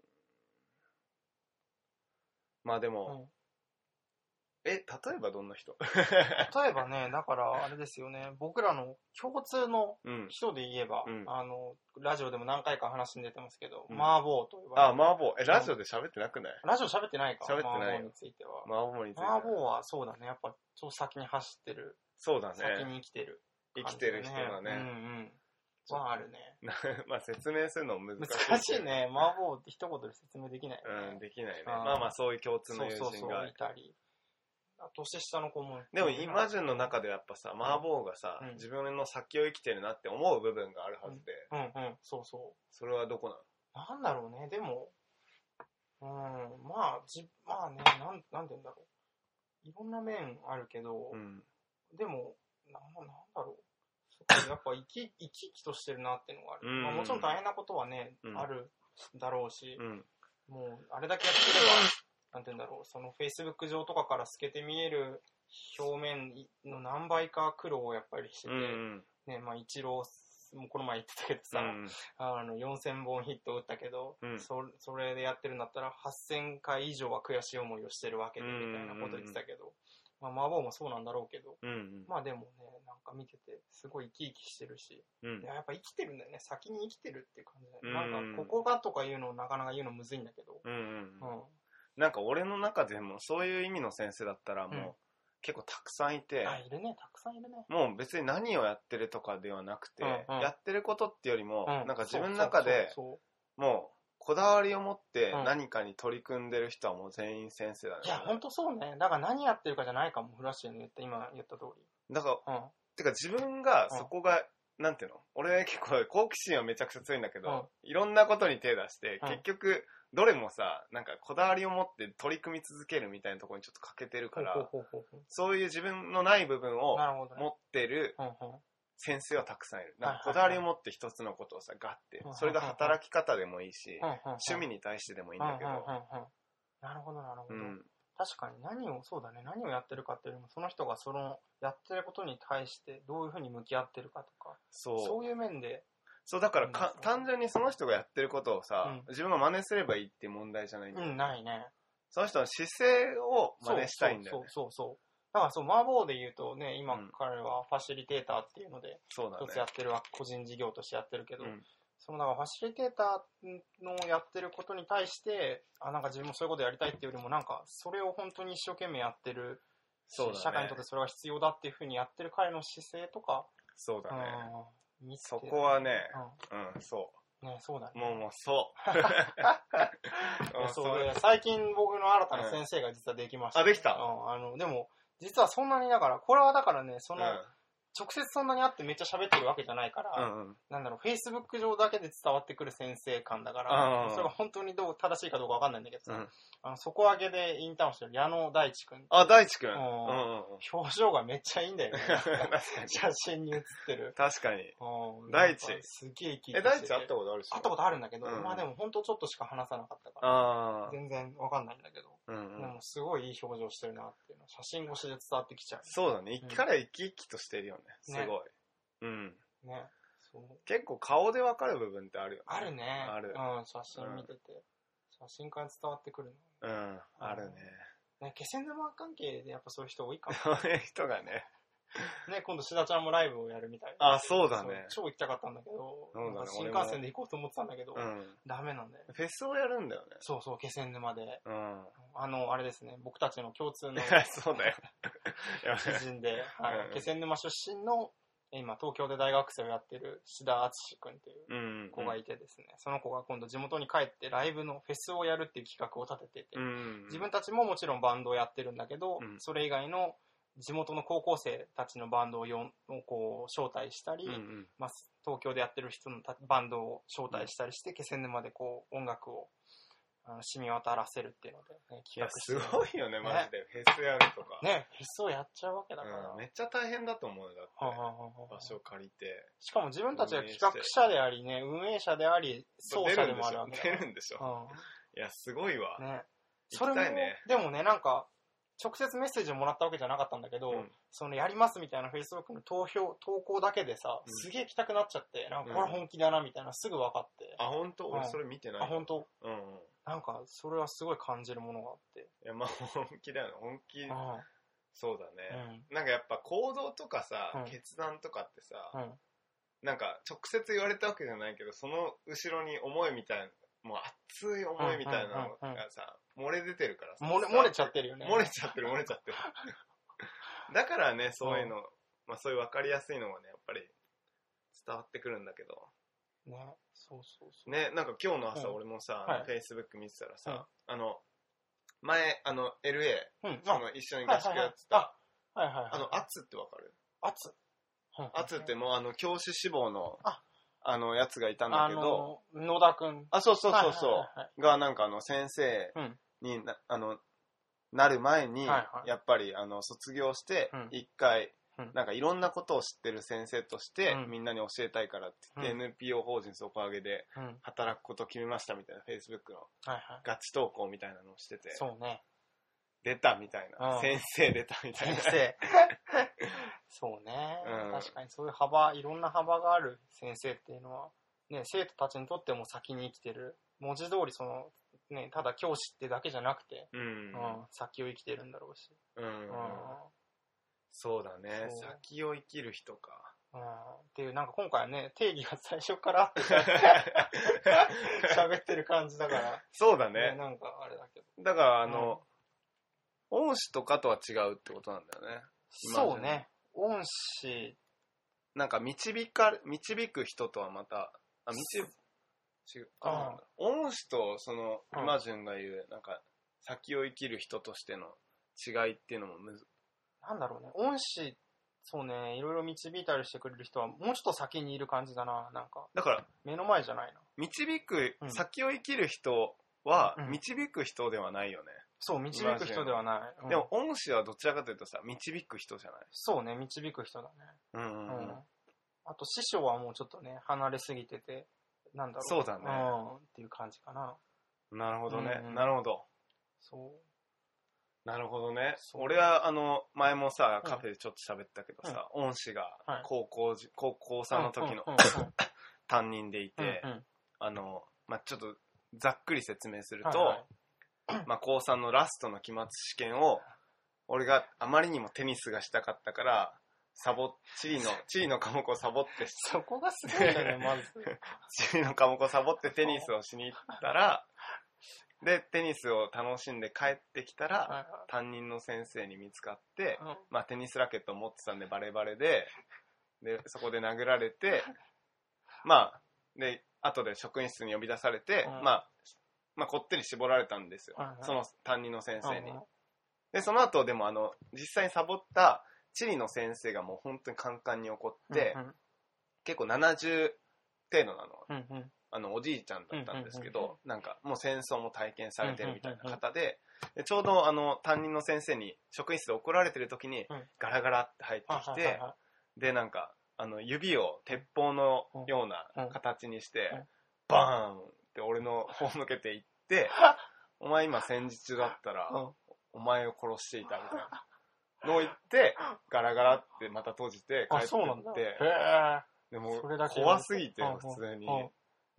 Speaker 2: まあでも、
Speaker 1: うん
Speaker 2: え、例えばどんな人
Speaker 1: 例えばね、だからあれですよね、僕らの共通の
Speaker 2: うん。
Speaker 1: 人で言えば、
Speaker 2: うん
Speaker 1: あの、ラジオでも何回か話に出てますけど、
Speaker 2: うん
Speaker 1: 麻婆と呼ばれ
Speaker 2: あ、
Speaker 1: る。
Speaker 2: 麻婆。え、ラジオで喋ってなくない
Speaker 1: ラジオ喋ってないか
Speaker 2: 喋ってな
Speaker 1: 麻
Speaker 2: いよ
Speaker 1: 婆については。
Speaker 2: 麻婆について。
Speaker 1: 麻婆はそうだね。やっぱ、ちょっと先に走ってる。
Speaker 2: そうだ
Speaker 1: 先
Speaker 2: ね。
Speaker 1: に生きてる、
Speaker 2: 生きてる人だ
Speaker 1: うん
Speaker 2: ね。
Speaker 1: うん。はあるね。
Speaker 2: まあ説明するの難しいけど。
Speaker 1: 難しいね。麻婆って一言で説明できないよね。
Speaker 2: うん、できないね。
Speaker 1: あー
Speaker 2: まあまあそういう共通
Speaker 1: そ
Speaker 2: の
Speaker 1: う
Speaker 2: 友
Speaker 1: そうそ
Speaker 2: 人
Speaker 1: う、
Speaker 2: が
Speaker 1: い。たり。あ年下の子も。
Speaker 2: でもイマジンの中でやっぱさ、麻婆がさ
Speaker 1: うん、
Speaker 2: 自分の先を生きてるなって思う部分があるはずで、
Speaker 1: うんうん、そうそ
Speaker 2: それはどこなの
Speaker 1: う。なんだろうね。でも、うん、まあ、じまあね、なん、なんて言うんだろう。いろんな面あるけど、
Speaker 2: うん。
Speaker 1: でも、なんなんだろう。すごいやっぱ生き生き生きとしてるなっていうのがある。
Speaker 2: うん
Speaker 1: まあ、もちろん大変なことはね、
Speaker 2: うん
Speaker 1: あるだろうし、
Speaker 2: うん。
Speaker 1: もうあれだけやってれば、なんて言うんだろう、その Facebook 上とかから透けて見える表面の何倍か苦労をやっぱりして
Speaker 2: う
Speaker 1: て、
Speaker 2: ん。
Speaker 1: ね、まあ一郎、もうこの前言ってたけどさ、
Speaker 2: うん
Speaker 1: あの4000本ヒット打ったけど、
Speaker 2: うん
Speaker 1: そ、それでやってるんだったら8000回以上は悔しい思いをしてるわけで、みたいなこと言ってたけど、まあ麻婆もそうなんだろうけど、
Speaker 2: うん。
Speaker 1: まあでもね、なんか見てて、すごい生き生きしてるし、
Speaker 2: うん
Speaker 1: い。ややっぱ生きてるんだよね、先に生きてるっていう感じだ
Speaker 2: うん
Speaker 1: よね。なんか、ここがとか言うの、なかなか言うのむずいんだけど。
Speaker 2: うんうん
Speaker 1: う。
Speaker 2: うんん。なんか俺の中でもそういう意味の先生だったらもう、
Speaker 1: うん
Speaker 2: 結構たくさんいて、
Speaker 1: あ、いるね、たくさんいるね。
Speaker 2: もう別に何をやってるとかではなくて、
Speaker 1: うんうん
Speaker 2: やってることってよりも、
Speaker 1: う
Speaker 2: なんか自分の中で
Speaker 1: そう
Speaker 2: もうこだわりを持って
Speaker 1: うん
Speaker 2: 何かに取り組んでる人はもう全員先生だね
Speaker 1: そうそうそう。いや、ほんとそうね。だから何やってるかじゃないかも、フラッシュに言った、今言った通り。
Speaker 2: だから
Speaker 1: うん。
Speaker 2: てか自分がそこがなんていうの俺結構好奇心はめちゃくちゃ強いんだけど、いろんなことに手出して、
Speaker 1: うん
Speaker 2: 結局どれもさなんかこだわりを持って取り組み続けるみたいなところにちょっと欠けてるから、
Speaker 1: ほうほうほうほ
Speaker 2: そういう自分のない部分
Speaker 1: う
Speaker 2: を
Speaker 1: なるほどね
Speaker 2: 持ってる
Speaker 1: うんうん
Speaker 2: 先生はたくさんいるなんか
Speaker 1: はいはいはい
Speaker 2: こだわりを持って一つのことをさガッて
Speaker 1: うん
Speaker 2: それが働き方でもいいし
Speaker 1: うんうんうん
Speaker 2: 趣味に対してでもいいん
Speaker 1: うんうん
Speaker 2: だ
Speaker 1: うん
Speaker 2: けど
Speaker 1: うんなるほどなるほ
Speaker 2: う
Speaker 1: ど、
Speaker 2: ん
Speaker 1: 確かに何をそうだね何をやってるかっていうよりもその人がそのやってることに対してどういうふうに向き合ってるかとか
Speaker 2: そう
Speaker 1: そういう面で
Speaker 2: そうだからか単純にその人がやってることをさ
Speaker 1: うん
Speaker 2: 自分が真似すればいいって問題じゃないんだ
Speaker 1: う
Speaker 2: よ
Speaker 1: んないね
Speaker 2: その人の姿勢を真似したいんだよね
Speaker 1: そうそうそうそうだからそう麻婆で言うとね今
Speaker 2: うん
Speaker 1: 彼はファシリテーターっていうので
Speaker 2: そうだ
Speaker 1: 一つや
Speaker 2: ね
Speaker 1: ってるわ個人事業としてやってるけど、
Speaker 2: うん
Speaker 1: そのだからファシリテーターのやってることに対してあなんか自分もそういうことやりたいっていうよりもなんかそれを本当に一生懸命やってるし
Speaker 2: そうだね
Speaker 1: 社会にとってそれが必要だっていうふうにやってる彼の姿勢とか、
Speaker 2: そうだね
Speaker 1: うん見つけ
Speaker 2: そこはねうんそ
Speaker 1: うんねそうだ
Speaker 2: う
Speaker 1: ね
Speaker 2: もうもう そう
Speaker 1: い
Speaker 2: うん
Speaker 1: やそう
Speaker 2: それ
Speaker 1: で最近僕の新たな先生が実はできました、
Speaker 2: あできた
Speaker 1: うん、あのでも実はそんなにだからこれはだからねその、
Speaker 2: う
Speaker 1: 直接そんなに会ってめっちゃ喋ってるわけじゃないから、
Speaker 2: んうんうん
Speaker 1: なんだろう、Facebook 上だけで伝わってくる先生感だから
Speaker 2: う、ん
Speaker 1: それが本当にどう正しいかどうかわかんないんだけどさ、
Speaker 2: うん
Speaker 1: あの底上げでインターンをしてる矢野大地君。
Speaker 2: あ大地君う
Speaker 1: うんん
Speaker 2: うんうん
Speaker 1: 表情がめっちゃいいんだよね。
Speaker 2: 確かに
Speaker 1: 写真に写ってる。
Speaker 2: 確かに
Speaker 1: うん
Speaker 2: 大地
Speaker 1: なんかすげえ聞いて
Speaker 2: え、大地会った
Speaker 1: こ
Speaker 2: ことあるでしょ
Speaker 1: と会ったことあるんだけど、
Speaker 2: うん
Speaker 1: まあでも本当ちょっとしか話さなかったから、
Speaker 2: あ
Speaker 1: 全然わかんないんだけど、
Speaker 2: あ、うんう
Speaker 1: で
Speaker 2: ん。
Speaker 1: もすごいいい表情してるなっていうのは写真越しで伝わってきちゃ
Speaker 2: そうだね。
Speaker 1: うん
Speaker 2: 彼生き生きとしてるよね。すごい。うん。
Speaker 1: う。ね。そう
Speaker 2: 結構顔でわかる部分ってあるよね。
Speaker 1: あるね。
Speaker 2: ある
Speaker 1: うん、写真見てて。写真から伝わってくる
Speaker 2: うん。あるね。
Speaker 1: の。ね、気仙沼関係でやっぱそういう人多いか
Speaker 2: そういう人がね。
Speaker 1: も。ね、今度志田ちゃんもライブをやるみたい
Speaker 2: あ、そうだね。
Speaker 1: そう超行きたかったんだけど、
Speaker 2: そうだね
Speaker 1: なんか新
Speaker 2: 俺も
Speaker 1: 幹線で行こうと思ってたんだけど、
Speaker 2: うん。
Speaker 1: ダメなんだよね。
Speaker 2: フェスをやるんだよね。
Speaker 1: そうそう、気仙沼で。
Speaker 2: うん。
Speaker 1: あの、あれですね、僕たちの共通の
Speaker 2: そう だよ。いや
Speaker 1: 知人で、
Speaker 2: う
Speaker 1: は
Speaker 2: ん
Speaker 1: い、気仙沼出身の、今東京で大学生をやってる志田敦君っていう
Speaker 2: うん。
Speaker 1: 子がいてですね、その子が今度地元に帰ってライブのフェスをやるっていう企画を立ててて、
Speaker 2: うん。
Speaker 1: 自分たちももちろんバンドをやってるんだけど、
Speaker 2: うん
Speaker 1: それ以外の地元の高校生たちのバンドをよんをこう招待したり、
Speaker 2: うんうん。
Speaker 1: まあ、東京でやってる人のたバンドを招待したりして、気仙沼でこう音楽をあの染み渡らせるっていうので、ね、
Speaker 2: い
Speaker 1: 企
Speaker 2: や
Speaker 1: 画、して
Speaker 2: すごいよね、マジで。フェスやるとか。
Speaker 1: ねフェスをやっちゃうわけだから、
Speaker 2: うん。めっちゃ大変だと思うよ。だ
Speaker 1: はあは
Speaker 2: っ
Speaker 1: あ
Speaker 2: て。
Speaker 1: はあはあ
Speaker 2: 場所借りて。
Speaker 1: しかも自分たちが企画者でありね運営者であり奏者でもあるわけだか
Speaker 2: 出
Speaker 1: ら
Speaker 2: るんでしょ。いや、すごいわ
Speaker 1: うん。ねそ
Speaker 2: 行
Speaker 1: れも
Speaker 2: きたいね。
Speaker 1: でもねなんか直接メッセージをもらったわけじゃなかったんだけど、
Speaker 2: うん
Speaker 1: そのやりますみたいな Facebook の投票投稿だけでさ、
Speaker 2: うん
Speaker 1: すげえ来たくなっちゃってなんか
Speaker 2: うん
Speaker 1: これ本気だなみたいなすぐ分かって、
Speaker 2: あ、本当
Speaker 1: うん
Speaker 2: 俺それ見てない。
Speaker 1: あ本当
Speaker 2: うんうん。
Speaker 1: なんかそれはすごい感じるものがあって、
Speaker 2: いや、まあ本気だよね。本気。
Speaker 1: う
Speaker 2: そうだ
Speaker 1: ん
Speaker 2: ね。なんかやっぱ行動とかさ
Speaker 1: う、ん
Speaker 2: 決断とかってさ、
Speaker 1: うん
Speaker 2: なんか直接言われたわけじゃないけど、その後ろに思いみたいな、もう熱い思いみたいなの
Speaker 1: うんうんうん
Speaker 2: がさ、漏れ出てるからさ。
Speaker 1: 漏れ漏れちゃってるよね
Speaker 2: 漏れちゃってる、漏れちゃっ てる。だからね、そういうの、まあそういう分かりやすいのがね、やっぱり伝わってくるんだけど。
Speaker 1: ねそうそうそう、
Speaker 2: ね、なんか今日の朝、
Speaker 1: うん
Speaker 2: 俺もさ、
Speaker 1: はい
Speaker 2: フェイスブック見てたらさ、あの、前、あの、LA、
Speaker 1: うん
Speaker 2: その一緒に合宿やってた、
Speaker 1: あはいはいはい
Speaker 2: あの、アツってわかる
Speaker 1: あつうん
Speaker 2: アツってもう、あの、教師志望の、
Speaker 1: あ
Speaker 2: あの、やつがいたんだ
Speaker 1: あ
Speaker 2: けど、
Speaker 1: の野田くん
Speaker 2: あそうそうそうそ
Speaker 1: はいは
Speaker 2: う、
Speaker 1: いはい
Speaker 2: が、なんかあの、先生
Speaker 1: うん
Speaker 2: にな、あの、なる前に、
Speaker 1: はいはい
Speaker 2: やっぱり、あの、卒業して
Speaker 1: うん、
Speaker 2: 一回、
Speaker 1: うん
Speaker 2: なんかいろんなことを知ってる先生として、
Speaker 1: うん
Speaker 2: みんなに教えたいからって言って、
Speaker 1: うん
Speaker 2: NPO 法人底上げで
Speaker 1: はい、うん、
Speaker 2: 働くこと決めましたみたいな、フェイスブックの
Speaker 1: はいはい
Speaker 2: ガチ投稿みたいなのをしてて、
Speaker 1: そうね
Speaker 2: 出たみたいな、
Speaker 1: うん
Speaker 2: 先生出たみたい
Speaker 1: 先
Speaker 2: な。
Speaker 1: 生 そうね、
Speaker 2: うん
Speaker 1: 確かにそういう幅いろんな幅がある先生っていうのは、ね、生徒たちにとっても先に生きてる文字通りその、ね、ただ教師ってだけじゃなくて、
Speaker 2: うん。
Speaker 1: うん先を生きてるんだろうし、
Speaker 2: うん。
Speaker 1: うん
Speaker 2: そうだね。
Speaker 1: そう
Speaker 2: 先を生きる 人か。
Speaker 1: うんっていうなんか今回はね定義が最初から あって喋ってる感じだから、
Speaker 2: そう だ
Speaker 1: ね
Speaker 2: ね。
Speaker 1: なんかあれだけど
Speaker 2: だから、あの、恩師とかとは違うってことなんだよね。今じゃ
Speaker 1: そうね恩師
Speaker 2: なんか、導かれ、導く人とはまた、あ、導、違う。あ恩師と、その、
Speaker 1: うん
Speaker 2: イマジュンが言う、なんか、先を生きる人としての違いっていうのもむず、
Speaker 1: なんだろうね恩師っそうね、いろいろ導いたりしてくれる人は、もうちょっと先にいる感じだな、なんか、
Speaker 2: だから、
Speaker 1: 目の前じゃないな。
Speaker 2: 導く
Speaker 1: う、ん
Speaker 2: 先を生きる人は
Speaker 1: う、ん
Speaker 2: 導く人ではないよね。
Speaker 1: そう、導く人ではない。うん
Speaker 2: でも、恩師はどちらかというとさ、導く人じゃない。
Speaker 1: そうね、導く人だね。
Speaker 2: うん
Speaker 1: う。
Speaker 2: うんんうん。
Speaker 1: あと、師匠はもうちょっとね、離れすぎてて、なんだろう。
Speaker 2: そうだ
Speaker 1: う
Speaker 2: ね
Speaker 1: ん、っていう感じかな。
Speaker 2: なるほどね
Speaker 1: うんう。ん
Speaker 2: なるほど。
Speaker 1: そう。
Speaker 2: なるほどね。
Speaker 1: そう
Speaker 2: 俺は、あの、前もさ、
Speaker 1: うん
Speaker 2: カフェでちょっと喋ったけどさ、恩師が
Speaker 1: はい
Speaker 2: 高校じ、高校さんの時の
Speaker 1: うんうん
Speaker 2: 担任で
Speaker 1: う
Speaker 2: い
Speaker 1: ん
Speaker 2: て
Speaker 1: う、ん
Speaker 2: あの、まあ、ちょっとざっくり説明すると、
Speaker 1: はいはい
Speaker 2: まあ、高3のラストの期末試験を、俺があまりにもテニスがしたかったから、サボ、地理の、地理の科目をサボって、
Speaker 1: そこがすごいよね、まず。
Speaker 2: 地理の科目をサボってテニスをしに行ったら、で、テニスを楽しんで帰ってきたら、
Speaker 1: は
Speaker 2: 担任の先生に見つかって
Speaker 1: い、はい
Speaker 2: まあ、テニスラケットを持ってたんでバレバレで、で、そこで殴ら れて、まあ、で、後で職員室に呼び出されて、
Speaker 1: うん
Speaker 2: まあ、まあ、こってり絞られたんですよ
Speaker 1: はいはい。
Speaker 2: その担任の先生に
Speaker 1: うん。
Speaker 2: で、その後でもあの、実際にサボった地理の先生がもう本当にカンカンに怒って
Speaker 1: う、ん
Speaker 2: 結構70程度なの、
Speaker 1: うんうん
Speaker 2: あの、おじいちゃんだったんですけ
Speaker 1: うんうんうん
Speaker 2: ど、なんかもう戦争も体験されてるみたいな方で、でちょうどあの、担任の先生に職員室で怒られてる時に
Speaker 1: うん、
Speaker 2: ガラガラって入ってき
Speaker 1: はいはい
Speaker 2: て、
Speaker 1: は
Speaker 2: で、なんか、あの、指を鉄砲のような形にして
Speaker 1: うんうん、
Speaker 2: バーンって俺の方向けていって、お前今戦時中だったら
Speaker 1: い、うん
Speaker 2: お前を殺していたみたいなのを言って、ガラガラってまた閉じて帰
Speaker 1: あ、
Speaker 2: って
Speaker 1: そうな
Speaker 2: っ
Speaker 1: んだ。
Speaker 2: て、
Speaker 1: へ
Speaker 2: でも
Speaker 1: それだけ
Speaker 2: 怖すぎて
Speaker 1: うんうん、
Speaker 2: 普通に。
Speaker 1: う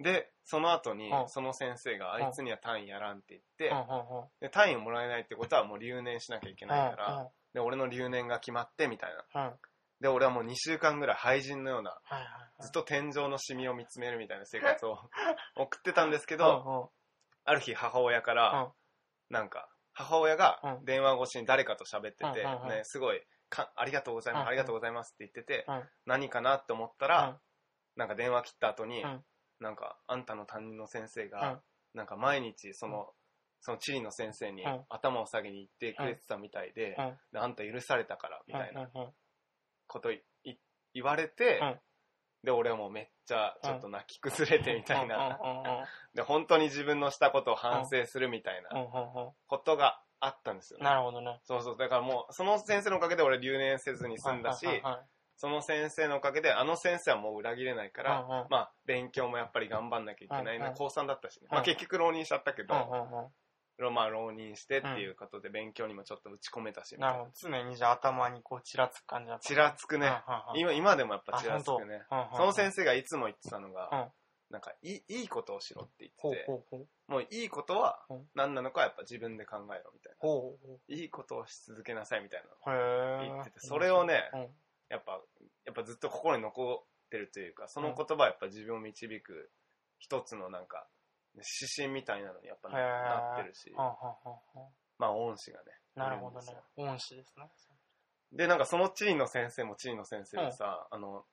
Speaker 2: で、その後に
Speaker 1: う、ん
Speaker 2: その先生があ
Speaker 1: うん
Speaker 2: いつには単位やらんって
Speaker 1: え。
Speaker 2: 言
Speaker 1: うん
Speaker 2: って、で単位をもらえないってことはもう留年しなきゃいけないか
Speaker 1: うんうん
Speaker 2: ら、で、俺の留年が決まってみたいな。
Speaker 1: うんはい
Speaker 2: で、俺はもう2週間ぐらい廃人のような、
Speaker 1: はいはい。
Speaker 2: ずっと天井のシミを見つめるみたいな生活を 送ってたんですけ
Speaker 1: け
Speaker 2: ど、、ある日母親から、なんか、母親が
Speaker 1: うん
Speaker 2: 電話越しに誰かと喋ってて、
Speaker 1: うんうんうん
Speaker 2: ね、すごいか、ありがとうございま
Speaker 1: うんうん
Speaker 2: す、ありがとうございますって言ってて
Speaker 1: うん、
Speaker 2: 何かなって思ったら、なんか電話切った後に
Speaker 1: うん、
Speaker 2: なんか、あんたの担任の先生
Speaker 1: うん
Speaker 2: が、なんか毎日、その、その地理の先生に
Speaker 1: うん
Speaker 2: 頭を下げに行ってくれてたみたいで
Speaker 1: うん、
Speaker 2: であんた許されたから、みたいな。
Speaker 1: うんうんうん
Speaker 2: こといい言われて、
Speaker 1: うん
Speaker 2: で俺はもうめっちゃちょっと泣き崩れてみたいな、
Speaker 1: うんうんうん
Speaker 2: で本当に自分のしたことを反省するみたい
Speaker 1: うん
Speaker 2: な
Speaker 1: うんう
Speaker 2: ことがあったんですよ、
Speaker 1: んなるほどね。
Speaker 2: そうそうだからもうその先生のおかげで俺留年せずに済んだし、
Speaker 1: はいはい
Speaker 2: その先生のおかげであの先生はもう裏切れないから、
Speaker 1: うんうん
Speaker 2: まあ勉強もやっぱり頑張んなきゃいけないな、
Speaker 1: うんうん
Speaker 2: 高3だったしね、
Speaker 1: うん
Speaker 2: まあ、結局浪人しちゃったけど、
Speaker 1: はいうんうんう
Speaker 2: まあ浪人してっていうことで勉強にもちょっと打ち込めたしみ
Speaker 1: ん
Speaker 2: たい
Speaker 1: な
Speaker 2: な
Speaker 1: るほど。常にじゃあ頭にこう、ちらつく感じだった。
Speaker 2: ちらつく
Speaker 1: うんう
Speaker 2: ね、
Speaker 1: んうん
Speaker 2: 今今でもやっぱちらつく
Speaker 1: あ本
Speaker 2: ね、
Speaker 1: 当うんうんうん
Speaker 2: その先生がいつも言ってたのが、
Speaker 1: うん
Speaker 2: なんかいい、いいことをしろって言
Speaker 1: ほ
Speaker 2: っ
Speaker 1: う
Speaker 2: てて、
Speaker 1: ほうほう。
Speaker 2: もういいことは
Speaker 1: うん
Speaker 2: 何なのかはやっぱ自分で考えろみたい
Speaker 1: ほうほ。
Speaker 2: な。いいことをし続けなさいみたいう
Speaker 1: へ
Speaker 2: な
Speaker 1: え。
Speaker 2: 言ってて、それをね、
Speaker 1: うん、
Speaker 2: やっぱ、やっぱずっと心に残ってるというか、その言葉はやっぱ自分を導く一つのなんか、指針みたいなのにやっぱな
Speaker 1: へえ
Speaker 2: なってるし
Speaker 1: うん、うんうんうん
Speaker 2: まあ恩師がね。
Speaker 1: なるほど
Speaker 2: いんです
Speaker 1: ね
Speaker 2: よ。
Speaker 1: 恩師ですね。
Speaker 2: で、なんかその地位の先生も地位の先生でさ、あの、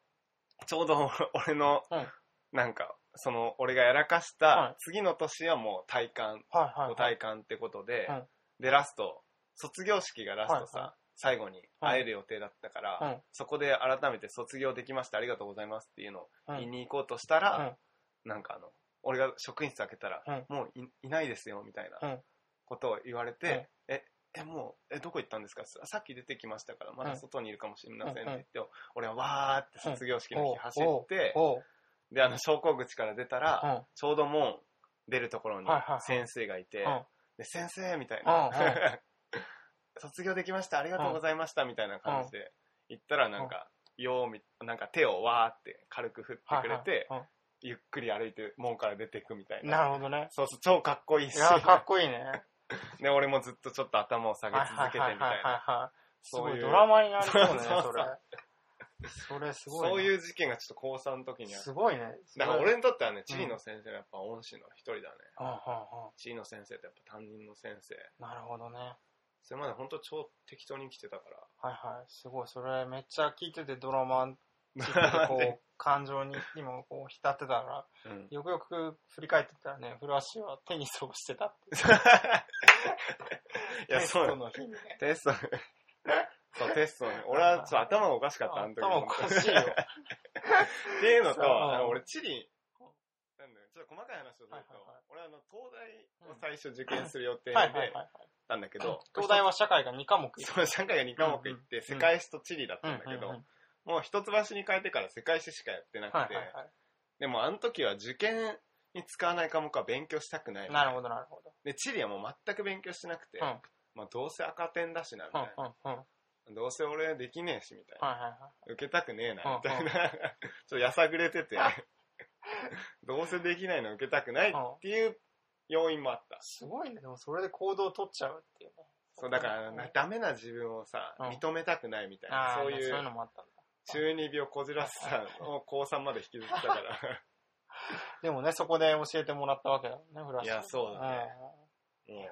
Speaker 2: ちょうど 俺の、
Speaker 1: うん
Speaker 2: なんか、その、俺がやらかし
Speaker 1: は
Speaker 2: た
Speaker 1: い、
Speaker 2: 次の年はもう体感、
Speaker 1: はいはい、はい。
Speaker 2: ご体感ってことで、
Speaker 1: うん
Speaker 2: で、ラスト、卒業式がラストさ、
Speaker 1: はいは
Speaker 2: 最後に会える予定だったから、
Speaker 1: うん
Speaker 2: そこで改めて卒業できました、ありがとうございますっていうのを
Speaker 1: うん
Speaker 2: 言いに行こうとしたら、
Speaker 1: うん
Speaker 2: なんかあの、俺が職員室開けたら、もういいないですよ、みたい
Speaker 1: うん
Speaker 2: なことを言われて、え、え、もう、え、どこ行ったんですかって言ったらさっき出てきましたから、まだ外にいるかもしれませんって言って、俺はわーって卒業式の日走って、
Speaker 1: おう
Speaker 2: で、あの、昇降口から出た
Speaker 1: うん
Speaker 2: ら、ちょうどもう出るところに
Speaker 1: はいはいはい
Speaker 2: 先生がいて、
Speaker 1: うん
Speaker 2: で、先生みたいな
Speaker 1: うんう。
Speaker 2: 卒業できました、ありがとうございました、みたいな感じで行ったらなんか、よーみ、なんか手をわーって軽く振って
Speaker 1: はい
Speaker 2: く
Speaker 1: は
Speaker 2: れ
Speaker 1: い
Speaker 2: て、
Speaker 1: うん
Speaker 2: ゆっくり歩いて門から出ていくみたい
Speaker 1: な
Speaker 2: な。
Speaker 1: るほどね。
Speaker 2: そうそう、超かっこいいし
Speaker 1: い。や、 かっこいいね。
Speaker 2: で、俺もずっとちょっと頭を下げ
Speaker 1: はい
Speaker 2: 続
Speaker 1: はい
Speaker 2: けてみ
Speaker 1: は
Speaker 2: た
Speaker 1: いは
Speaker 2: い
Speaker 1: い
Speaker 2: な。
Speaker 1: はい。す
Speaker 2: そ
Speaker 1: ご
Speaker 2: うい
Speaker 1: いうドラマになりそうね、
Speaker 2: そうそう
Speaker 1: それ。それすごいね。
Speaker 2: そういう事件がちょっと高3の時にあって
Speaker 1: すごいね。
Speaker 2: だから俺にとってはね、地理の先生がやっぱ恩師の一人だね。
Speaker 1: うんうんう
Speaker 2: 地理の先生とやっぱ担任の先生。
Speaker 1: んなるほどね。
Speaker 2: それまで本当超適当に来てたか
Speaker 1: はいはい。すごい。それめっちゃ聞いててドラマ、
Speaker 2: ら。
Speaker 1: こう、感情に今こう浸ってたから、
Speaker 2: うん
Speaker 1: よくよく振り返ってたらね、フラッシュはテニスをしてたって。
Speaker 2: いや、そう
Speaker 1: テスト
Speaker 2: よ。
Speaker 1: の日にね。
Speaker 2: テスト。 そう、テストね。俺はちょっと頭がおかしかった、あの時。
Speaker 1: 頭おか しいよ
Speaker 2: っていうの
Speaker 1: そ
Speaker 2: と、
Speaker 1: う
Speaker 2: あの俺、地理、なんだよちょっと細かい話をすると、
Speaker 1: はいはいはい
Speaker 2: 俺あの、東大を最初受験する予定で、
Speaker 1: はいはいはい。
Speaker 2: たんだけど、
Speaker 1: 東大は社会が2科目。
Speaker 2: そう、社会が2科目行って、世界史と地理だっ
Speaker 1: う
Speaker 2: た
Speaker 1: ん
Speaker 2: ん
Speaker 1: う
Speaker 2: だ
Speaker 1: ん
Speaker 2: けど、
Speaker 1: うん
Speaker 2: もう一橋に変えてから世界史しかやってなくて、
Speaker 1: はいはいは
Speaker 2: でもあの時は受験に使わない科目は勉強したくない
Speaker 1: い。
Speaker 2: みたい
Speaker 1: なるほどなるほど。
Speaker 2: で、地理はもう全く勉強してなくて、
Speaker 1: うん
Speaker 2: まあどうせ赤点だしな、み
Speaker 1: う
Speaker 2: た
Speaker 1: ん
Speaker 2: い
Speaker 1: うんうん。はい
Speaker 2: な。どうせ俺できねえし、みたいな。
Speaker 1: はいはい。
Speaker 2: 受けたくねえな、みたいな。
Speaker 1: う
Speaker 2: ちょっとやさぐれてて、どうせできないの受けたくないっていう要因もあった。
Speaker 1: すごいね。でもそれで行動を取っちゃうっていうね。
Speaker 2: そう、だから、
Speaker 1: ん
Speaker 2: なダメな自分をさ、
Speaker 1: うん
Speaker 2: 認めたくないみたいな
Speaker 1: あ、あ
Speaker 2: そうい
Speaker 1: そういう
Speaker 2: う
Speaker 1: のもあったんだ。
Speaker 2: 中二病こじらしさを高3まで引きずったから。
Speaker 1: でもね、そこで教えてもらったわけだもんね、フラッシュ。
Speaker 2: いやそうだねもう、
Speaker 1: うん。ね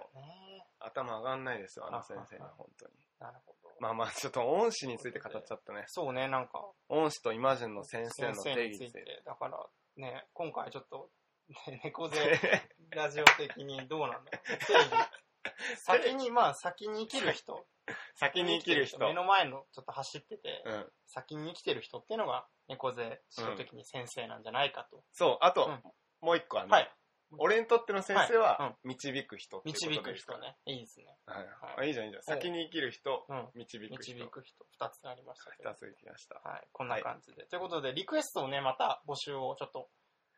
Speaker 2: 頭上がんないですよ、あの先生は
Speaker 1: あああ
Speaker 2: 本当に。
Speaker 1: えなるほど。
Speaker 2: まあまあ、ちょっと恩師について語っちゃったね。
Speaker 1: そうね、なんか、
Speaker 2: 恩師とイマジンの先生
Speaker 1: 先
Speaker 2: の
Speaker 1: 生
Speaker 2: 定
Speaker 1: につ
Speaker 2: 義に
Speaker 1: い
Speaker 2: ついて。
Speaker 1: て。だから、ね、今回ちょっと、ね猫背ラジオ的にどう なんだろう定義。先に、まあ、先に生きる人。
Speaker 2: 先に生きる人。
Speaker 1: 目の前のちょっと走ってて、
Speaker 2: うん。
Speaker 1: 先に生きてる人っていうのが、猫背しの時に先生なんじゃないかと。
Speaker 2: そう、あと、
Speaker 1: うん
Speaker 2: もう一個ある、
Speaker 1: はい。
Speaker 2: 俺にとっての先生は、
Speaker 1: はい
Speaker 2: 導く人っていう
Speaker 1: 導
Speaker 2: こと
Speaker 1: く
Speaker 2: ですか
Speaker 1: 人
Speaker 2: ら。
Speaker 1: ね。いいですね。
Speaker 2: はい
Speaker 1: は
Speaker 2: あいいじゃん、いいじゃん。先に生きる人、
Speaker 1: うん。
Speaker 2: 導く人。
Speaker 1: 導く人。二つありましたけど
Speaker 2: 二。つ行きました。
Speaker 1: はい。こんな感じで。ということで、リクエストをね、また募集をちょっと、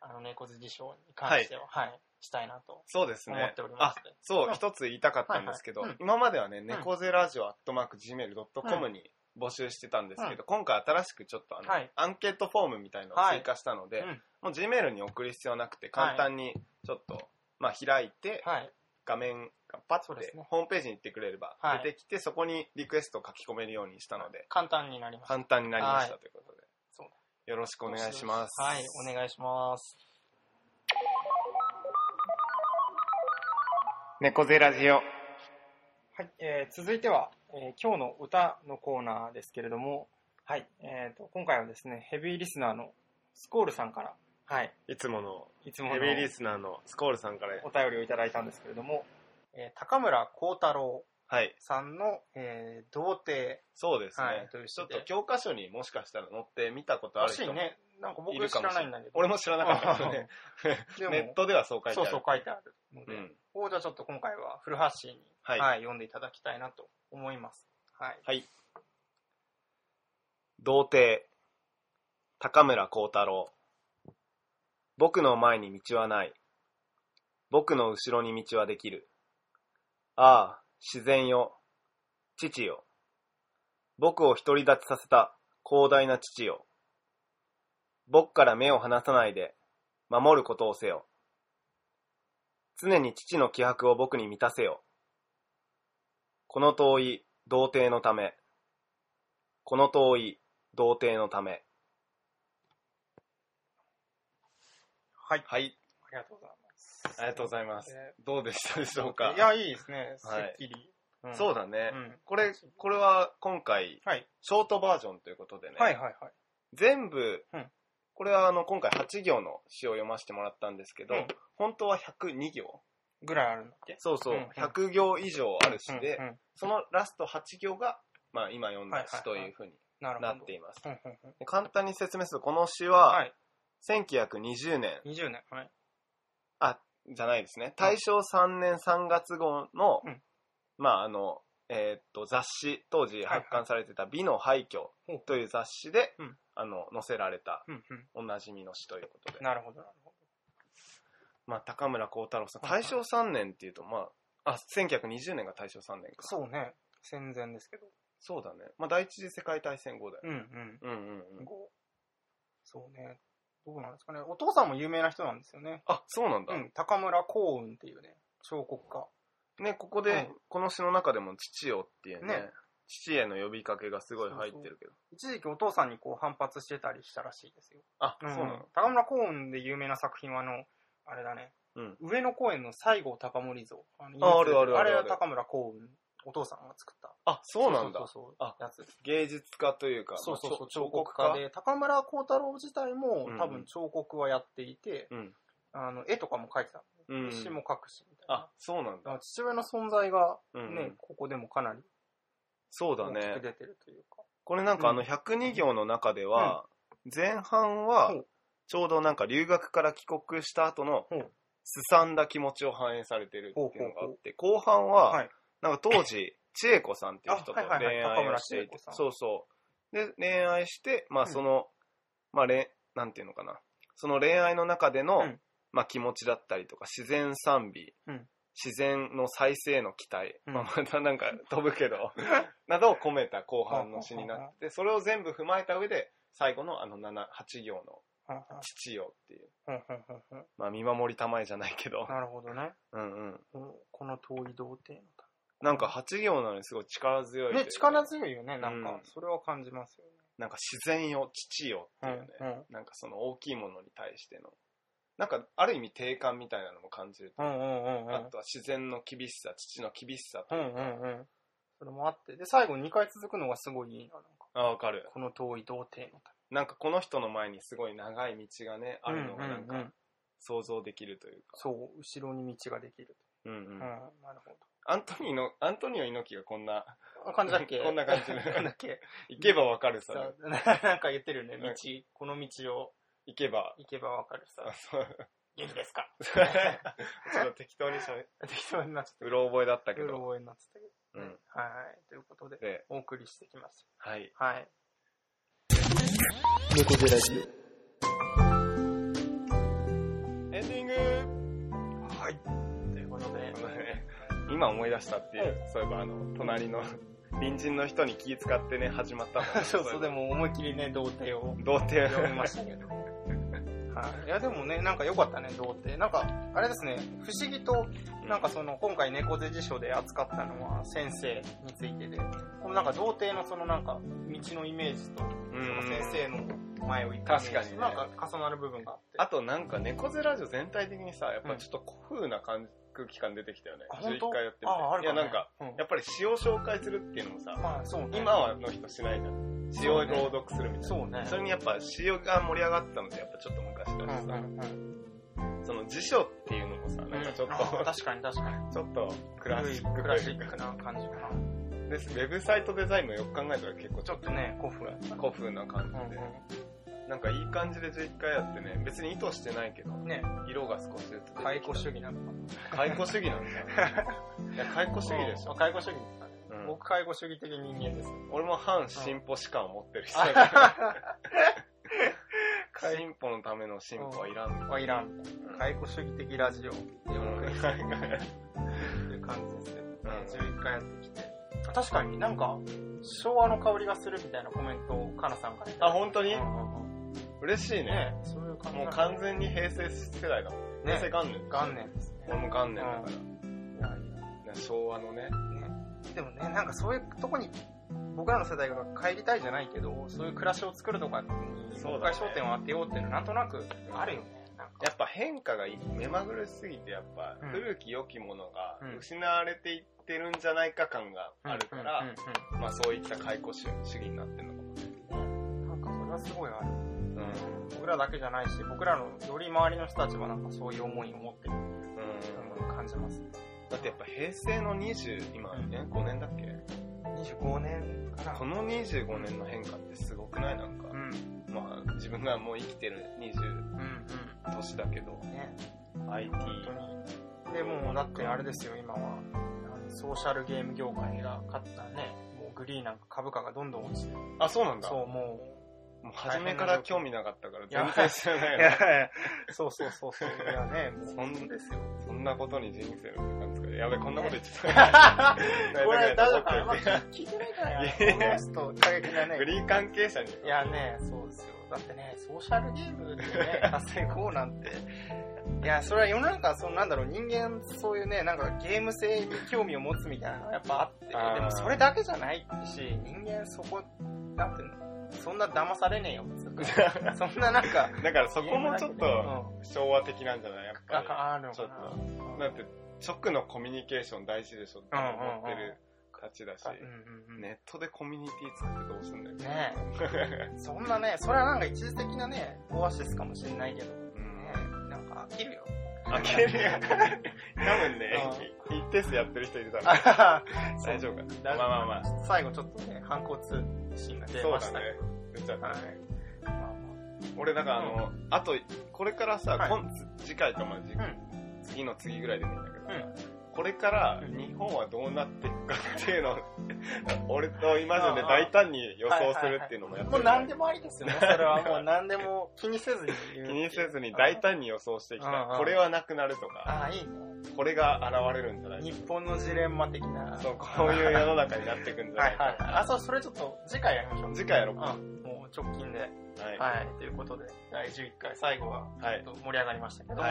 Speaker 1: あの、猫背辞書に関しては、はい、したいなと
Speaker 2: そうです
Speaker 1: 思
Speaker 2: ね
Speaker 1: っており。ま
Speaker 2: あ
Speaker 1: す、ね。
Speaker 2: そうう、
Speaker 1: ん
Speaker 2: 一つ言いたかったんですけど、
Speaker 1: はいはい
Speaker 2: 今まではね、猫背ラジオアットマーク Gmail.com に募集してたんですけど、今回新しくちょっとあの、
Speaker 1: はい
Speaker 2: アンケートフォームみたいのを追加したので、
Speaker 1: はいうん
Speaker 2: もう Gmail に送る必要なくて、簡単にちょっと、まあ開いて、
Speaker 1: はい。
Speaker 2: 画面がパ
Speaker 1: そ
Speaker 2: ッ
Speaker 1: うで
Speaker 2: て
Speaker 1: すね
Speaker 2: ホームページに行ってくれれば
Speaker 1: はい
Speaker 2: 出てきて、そこにリクエストを書き込めるようにしたので、
Speaker 1: 簡単になりました。
Speaker 2: 簡単になりました
Speaker 1: は
Speaker 2: ということで、
Speaker 1: そうね
Speaker 2: よろしくお願いします。
Speaker 1: はい、お願いします。
Speaker 2: 猫背ラジオ。
Speaker 1: はい、えー続いては、えー今日の歌のコーナーですけれども、はい、えっ、と、今回はですね、ヘビーリスナーのスコールさんから、はい、
Speaker 2: いつもの
Speaker 1: いつもの
Speaker 2: ヘビーリスナーのスコールさんから、
Speaker 1: お便りをいただいたんですけれども、えー高村光太郎
Speaker 2: はい、
Speaker 1: さんの、えー童貞、
Speaker 2: そうですね。
Speaker 1: はいという
Speaker 2: ち
Speaker 1: 人
Speaker 2: ょっ
Speaker 1: で
Speaker 2: と教科書にもしかしたら載って見たことあ
Speaker 1: ら
Speaker 2: る
Speaker 1: し
Speaker 2: 人
Speaker 1: い
Speaker 2: も
Speaker 1: ね。なんか
Speaker 2: い
Speaker 1: 僕
Speaker 2: るか
Speaker 1: 知
Speaker 2: も
Speaker 1: ら
Speaker 2: しれ
Speaker 1: ないんだけど。
Speaker 2: 俺も知らなかったけどね。
Speaker 1: でも
Speaker 2: ネットではそう書いて
Speaker 1: そ
Speaker 2: あ
Speaker 1: う
Speaker 2: る。
Speaker 1: そう書いてあるので、
Speaker 2: うん
Speaker 1: おじゃあちょっと今回は古橋に、
Speaker 2: はい
Speaker 1: 読んでいただきたいなと思います。はい。
Speaker 2: はい。童貞、高村光太郎。僕の前に道はない。僕の後ろに道はできる。ああ、自然よ。父よ。僕を独り立ちさせた広大な父よ。僕から目を離さないで、守ることをせよ。常に父の気迫を僕に満たせよ。この遠い童貞のため。この遠い童貞のため。
Speaker 1: はい。
Speaker 2: はい、
Speaker 1: ありがとうございます。
Speaker 2: ありがとうございます。
Speaker 1: え
Speaker 2: どうでしたでしょう
Speaker 1: ー
Speaker 2: か
Speaker 1: いや、いいですね。す
Speaker 2: はい
Speaker 1: っきり。
Speaker 2: そう
Speaker 1: だ
Speaker 2: だね。
Speaker 1: うん
Speaker 2: これ、これは今回、
Speaker 1: はい。
Speaker 2: ショートバージョンということでね。
Speaker 1: はいはいはい。
Speaker 2: 全部、
Speaker 1: うん
Speaker 2: これはあの、今回8行の詩を読ませてもらったんですけど、
Speaker 1: うん
Speaker 2: 本当は102行
Speaker 1: ぐらいあるんだっけ
Speaker 2: そうそう、
Speaker 1: うんうん
Speaker 2: 100行以上ある詩で、
Speaker 1: うんうん
Speaker 2: そのラスト8行が、まあ今読んだ詩と
Speaker 1: はいはいはい
Speaker 2: いうふうに
Speaker 1: なるほど。
Speaker 2: なっています。
Speaker 1: うんうんうん
Speaker 2: で簡単に説明すると、この詩は、
Speaker 1: はい。
Speaker 2: 1920年、
Speaker 1: 20年。はい。
Speaker 2: あ、じゃないですね。大正3年3月号の、
Speaker 1: うん
Speaker 2: まあ、あの、えーっと、雑誌、当時
Speaker 1: はい
Speaker 2: 発刊されてた美の廃墟
Speaker 1: ほう
Speaker 2: という雑誌で、
Speaker 1: うん
Speaker 2: あの、載せられた
Speaker 1: うんうん。
Speaker 2: おなじみの詩ということで。
Speaker 1: なるほどなるほ
Speaker 2: まあ、高村光太郎さん、
Speaker 1: はいはい
Speaker 2: 大正3年っていうと、まあ、あ、1920年が大正3年
Speaker 1: ど。
Speaker 2: か。
Speaker 1: そうね。戦前ですけど。
Speaker 2: そうだね。まあ、第一次世界大戦後だよ。
Speaker 1: うんうん。
Speaker 2: うんうんうん。
Speaker 1: こうそうね。どうなんですかね。お父さんも有名な人なんですよね。
Speaker 2: あ、そうなんだ
Speaker 1: う。ん。高村光雲っていうね、彫刻家。
Speaker 2: ね、ここで、
Speaker 1: うん
Speaker 2: この詩の中でも、父よっていうね
Speaker 1: ね
Speaker 2: 父への呼びかけがすごい入ってるけど。
Speaker 1: 一時期お父さんにこう反発してたりしたらしいですよ。
Speaker 2: あ、
Speaker 1: うん
Speaker 2: そうなの。
Speaker 1: 高村光雲で有名な作品はあの、あれだね、
Speaker 2: うん。
Speaker 1: 上野公園の西郷隆盛像。あの
Speaker 2: ああるあるあるある
Speaker 1: あれは高村光雲、お父さんが作った。
Speaker 2: あ、そうなんだ
Speaker 1: そう。そうそう
Speaker 2: あ
Speaker 1: やつです。
Speaker 2: 芸術家というか、
Speaker 1: そうそうそう、
Speaker 2: まあ
Speaker 1: 彫刻家。で、高村光太郎自体も
Speaker 2: うん
Speaker 1: 多分彫刻はやっていて、
Speaker 2: うん。
Speaker 1: あの絵とかも描いてた
Speaker 2: う
Speaker 1: の。
Speaker 2: ん。
Speaker 1: 詩も描くし、みたいな。
Speaker 2: あ、そうなん
Speaker 1: だか
Speaker 2: だ。
Speaker 1: ら父親の存在が
Speaker 2: う
Speaker 1: ね、
Speaker 2: んうん
Speaker 1: ここでもかなり
Speaker 2: そうだ
Speaker 1: 大き
Speaker 2: ね
Speaker 1: く。出てるというか。
Speaker 2: これなんかあの
Speaker 1: う
Speaker 2: 102行の中では、前半は
Speaker 1: うん
Speaker 2: ちょうどなんか留学から帰国した後の
Speaker 1: うん
Speaker 2: すさんだ気持ちを反映されてるっていうのがあって、後半
Speaker 1: は、
Speaker 2: はいなんか当 時、千恵子さんっていう人と
Speaker 1: あはいはい
Speaker 2: 恋
Speaker 1: はい
Speaker 2: 愛をして
Speaker 1: 高村千恵
Speaker 2: いて
Speaker 1: 子、さん
Speaker 2: そうそう。で、恋愛して、まあ
Speaker 1: うん
Speaker 2: その、まあれ、なんていうのかな。その恋愛の中での、
Speaker 1: うん
Speaker 2: まあ気持ちだったりとか、自然賛美、
Speaker 1: うん
Speaker 2: 自然の再生の期待、
Speaker 1: うん
Speaker 2: まあまたな んか飛ぶけど、 などを込めた後半の詩になってて、それを全部踏まえた上で、最後のあの7、8行の
Speaker 1: うんうん
Speaker 2: 父よっていう、
Speaker 1: うんうんうんうん
Speaker 2: まあ見守りたまえじゃないけど、
Speaker 1: なるほどね。
Speaker 2: うんうん。
Speaker 1: うんこの遠い童貞のた
Speaker 2: なんか8行なのにすごい力強いとい
Speaker 1: め
Speaker 2: うか。
Speaker 1: 力強いよね、なん
Speaker 2: う
Speaker 1: か
Speaker 2: ん。
Speaker 1: それは感じますよ
Speaker 2: なんか自然よ、父よっていうね
Speaker 1: ね。、うんうん
Speaker 2: なんかその大きいものに対しての、なんかある意味定感みたいなのも感じる。
Speaker 1: うんうんうんうん
Speaker 2: あとは自然の厳しさ、父の厳しさと
Speaker 1: う
Speaker 2: い
Speaker 1: ん
Speaker 2: う
Speaker 1: う
Speaker 2: か。
Speaker 1: んうん。それもあって。で、最後2回続くのがすごいいいな。なんか
Speaker 2: あ、わかる。
Speaker 1: この遠い童貞のた
Speaker 2: なんかこの人の前にすごい長い道がね、あるのがなん
Speaker 1: うんうんう
Speaker 2: か
Speaker 1: ん
Speaker 2: 想像できるというか。
Speaker 1: そう、後ろに道ができる。
Speaker 2: うん
Speaker 1: う、
Speaker 2: うんん。
Speaker 1: なるほ
Speaker 2: アントニーの、アントニオ猪木がこんな、
Speaker 1: ど。あ感じだっけ
Speaker 2: こんな感じ
Speaker 1: なんだっ け
Speaker 2: 行けばわかるさ
Speaker 1: さ、なんか言ってるよね。道、
Speaker 2: うん
Speaker 1: この道を
Speaker 2: 行けば。
Speaker 1: 行けばわかるさ
Speaker 2: あ。 そう
Speaker 1: 元気ですか
Speaker 2: ちょっと適当にしゃべ、
Speaker 1: 適当になっちゃった
Speaker 2: うろ覚えだった
Speaker 1: け
Speaker 2: け
Speaker 1: ど。う
Speaker 2: ど。
Speaker 1: ろ覚えになってたけ
Speaker 2: う
Speaker 1: どね。
Speaker 2: ん。
Speaker 1: はい。ということで、
Speaker 2: で、
Speaker 1: お送りしてきまし
Speaker 2: はい。
Speaker 1: た。はい。
Speaker 2: 猫背ラジオエンディング
Speaker 1: はい。ということ で、
Speaker 2: 今思い出したっていう、そういえばあの隣の隣人の人に気使ってね始まったの
Speaker 1: そうそう、で
Speaker 2: も
Speaker 1: も思いっきりね、童貞を
Speaker 2: 童貞
Speaker 1: 読みました けど。はい。いや、でもね、なんか良かったね、童貞。なんか、あれですね、不思議と、 なんかその、今回猫背辞書で扱ったのは先生についてで、このなんか童貞のそのなんか、道のイメージと、
Speaker 2: う
Speaker 1: その
Speaker 2: ん
Speaker 1: 先生の前を行ったイメージ
Speaker 2: 確かにね
Speaker 1: なんか重なる部分があって。
Speaker 2: あとなんか猫背ラジオ全体的にさやっぱちょっと古風な感じ空気感出てきたよね
Speaker 1: あ本当
Speaker 2: 11回やってみて
Speaker 1: ああ、ある
Speaker 2: い
Speaker 1: か
Speaker 2: や
Speaker 1: ね
Speaker 2: なんか、
Speaker 1: うん
Speaker 2: やっぱり詩を紹介するっていうのもさ
Speaker 1: まあ、そうね。
Speaker 2: 今はの人しないじゃん詩を朗読するみたいな
Speaker 1: そうね。
Speaker 2: それにやっぱ詩が盛り上がってたのってやっぱちょっと昔だし
Speaker 1: うんう
Speaker 2: さ、
Speaker 1: んうん
Speaker 2: その辞書っていうのもさ、なんかちょっと、
Speaker 1: あ確かに確かに。
Speaker 2: ちょっとクラシック
Speaker 1: ク
Speaker 2: ク
Speaker 1: ラ
Speaker 2: ラ
Speaker 1: シ
Speaker 2: シ
Speaker 1: ッ
Speaker 2: ッ
Speaker 1: ク
Speaker 2: ク
Speaker 1: な感じかな。
Speaker 2: です。ウェブサイトデザインもよく考えたら結構ち
Speaker 1: ち
Speaker 2: ょ
Speaker 1: ょ
Speaker 2: っ
Speaker 1: っとね、古風。
Speaker 2: と古風な感じで、
Speaker 1: う
Speaker 2: なんかいい感じで11回やってね、別に意図してないけど、
Speaker 1: んうん。ね、
Speaker 2: 色が少しずつ。
Speaker 1: 解雇主義なのかな。
Speaker 2: 解雇主義な んだ。いや、解雇主義でし
Speaker 1: あ
Speaker 2: ょ。
Speaker 1: 解雇主義ですかね。
Speaker 2: うん
Speaker 1: 僕、介護主義的人間です。
Speaker 2: 俺も反進歩士官を持ってる人 だから
Speaker 1: は
Speaker 2: 進歩のための進歩はいらんみたいな。
Speaker 1: いらん。解雇主義的ラジオって
Speaker 2: うん
Speaker 1: いう感じですね。
Speaker 2: うん
Speaker 1: 11回やってきて。確かになんか、昭和の香りがするみたいなコメントをかなさんからいただい
Speaker 2: あ、
Speaker 1: て
Speaker 2: 本当に
Speaker 1: うんうんうん
Speaker 2: 嬉しいね。
Speaker 1: ねそういう感じ
Speaker 2: も
Speaker 1: な
Speaker 2: う
Speaker 1: だ。
Speaker 2: ん完全に平成世代だもん。平成
Speaker 1: ね
Speaker 2: 元年。
Speaker 1: 元。年ですね。
Speaker 2: 俺も元年だか
Speaker 1: い
Speaker 2: ら。
Speaker 1: やいや
Speaker 2: 昭和のね。
Speaker 1: ね、でもね、なんかそういうとこに、僕らの世代が帰りたいじゃないけど、そういう暮らしを作るとかに、
Speaker 2: そう
Speaker 1: もう一
Speaker 2: だ
Speaker 1: 回
Speaker 2: ね
Speaker 1: 焦点を当てようっていうのはなんとなくあるよね。なんか
Speaker 2: やっぱ変化が目まぐるしすぎて、やっぱ
Speaker 1: うん
Speaker 2: 古き良きものが
Speaker 1: うん
Speaker 2: 失われていってるんじゃないか感があるから、
Speaker 1: うんうんうん
Speaker 2: まあそういった解雇主義になってるのかもね。
Speaker 1: なんかそれはすごいある。
Speaker 2: うん。
Speaker 1: 僕らだけじゃないし、僕らのより周りの人たちはなんかそういう思いを持ってる
Speaker 2: うん。
Speaker 1: 感じます。
Speaker 2: だってやっぱ平成の20、今ね、5年だっけ
Speaker 1: 25年かな
Speaker 2: こ。の25年の変化ってすごくないなんか
Speaker 1: う、ん、うん、
Speaker 2: まあ自分がもう生きてる20
Speaker 1: う
Speaker 2: 年だけど、
Speaker 1: ん。ね、
Speaker 2: IT、
Speaker 1: 本当に。で、もうだってあれですよ、今は。ソーシャルゲーム業界が勝ったね、もうグリーなんか株価がどんどん落ちて、
Speaker 2: あ、そうなんだ。
Speaker 1: そう、もう、
Speaker 2: もう初めから興味なかったから
Speaker 1: や
Speaker 2: 全然知らないよね。
Speaker 1: そうそうそうそう。いやね、もう。
Speaker 2: そん
Speaker 1: ですよ。
Speaker 2: そんなことに人生の時間使う。やべ、こんなこと言っちゃった。
Speaker 1: これ、 大丈夫かな、まあ、聞いてないから
Speaker 2: いや
Speaker 1: ね。この人、過激なね
Speaker 2: フ。リー関係者に。
Speaker 1: いやね、そうですよ。だってね、ソーシャルゲームで ね、稼ごうなんて。いや、それは世の中、そのなんだろう、人間、そういうね、なんかゲーム性に興味を持つみたいなのがやっぱあって、
Speaker 2: あー
Speaker 1: でもそれだけじゃないし、人間そこ、なんていうの、そんな騙されねえよ、つう かそんななんか、
Speaker 2: だからそこもちょっ
Speaker 1: う
Speaker 2: と
Speaker 1: ん
Speaker 2: 昭和的なんじゃないやっ
Speaker 1: なん
Speaker 2: ぱ
Speaker 1: かあるのか
Speaker 2: ちょっり。
Speaker 1: な。
Speaker 2: だって直のコミュニケーション大事でしょって思ってるたちだし、
Speaker 1: うんうんうん
Speaker 2: ネットでコミュニティ作ってどうすんだよ。
Speaker 1: ねそんなね、それはなんか一時的な ね、オアシスかもしれないけど、ね
Speaker 2: うん、
Speaker 1: なんか飽きるよ。
Speaker 2: 開けるやん。分ね、一定数やってる人いるだろう。
Speaker 1: あ
Speaker 2: 大丈夫か
Speaker 1: 大丈夫
Speaker 2: まあまあまあ、
Speaker 1: 夫。最後ちょっとね、反骨心が出
Speaker 2: そう
Speaker 1: まし
Speaker 2: だ
Speaker 1: た
Speaker 2: ね
Speaker 1: け。
Speaker 2: 出ちゃったね。
Speaker 1: ど。まあまあ
Speaker 2: 俺だからあの、あと、これからさ、
Speaker 1: はい
Speaker 2: 今次回とまあ、次
Speaker 1: うん
Speaker 2: 次の次ぐらいでもいいんだけど、
Speaker 1: うん
Speaker 2: これから
Speaker 1: うん
Speaker 2: 日本はどうなっていくかっていう のを、俺と今までで大胆に予想するっていうのもやって
Speaker 1: もう
Speaker 2: るから
Speaker 1: 何でもありですよ ね。それはもう何でも気にせずに言う
Speaker 2: 気にせずに大胆に予想していきたい
Speaker 1: うんうん。
Speaker 2: これはなくなるとか、
Speaker 1: ああ、いいね。
Speaker 2: これが現れるんじゃない
Speaker 1: 日本のジレンマ的な。
Speaker 2: そう、こういう世の中になっていくんじゃ
Speaker 1: は
Speaker 2: ない
Speaker 1: い
Speaker 2: か。
Speaker 1: はい。あ、そう、それちょっと次回やりましょう。
Speaker 2: 次回やろうか。
Speaker 1: うん。もう直近で。
Speaker 2: はい。
Speaker 1: はい。ということで、第11回最後は
Speaker 2: はい
Speaker 1: ちょっと盛り上がりましたけども、
Speaker 2: は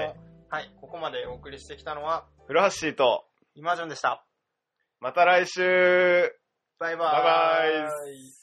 Speaker 1: はいい。ここまでお送りしてきたのは、
Speaker 2: フラッシーと、
Speaker 1: イマジョンでした。
Speaker 2: また来週
Speaker 1: バイバ
Speaker 2: バイバ
Speaker 1: イ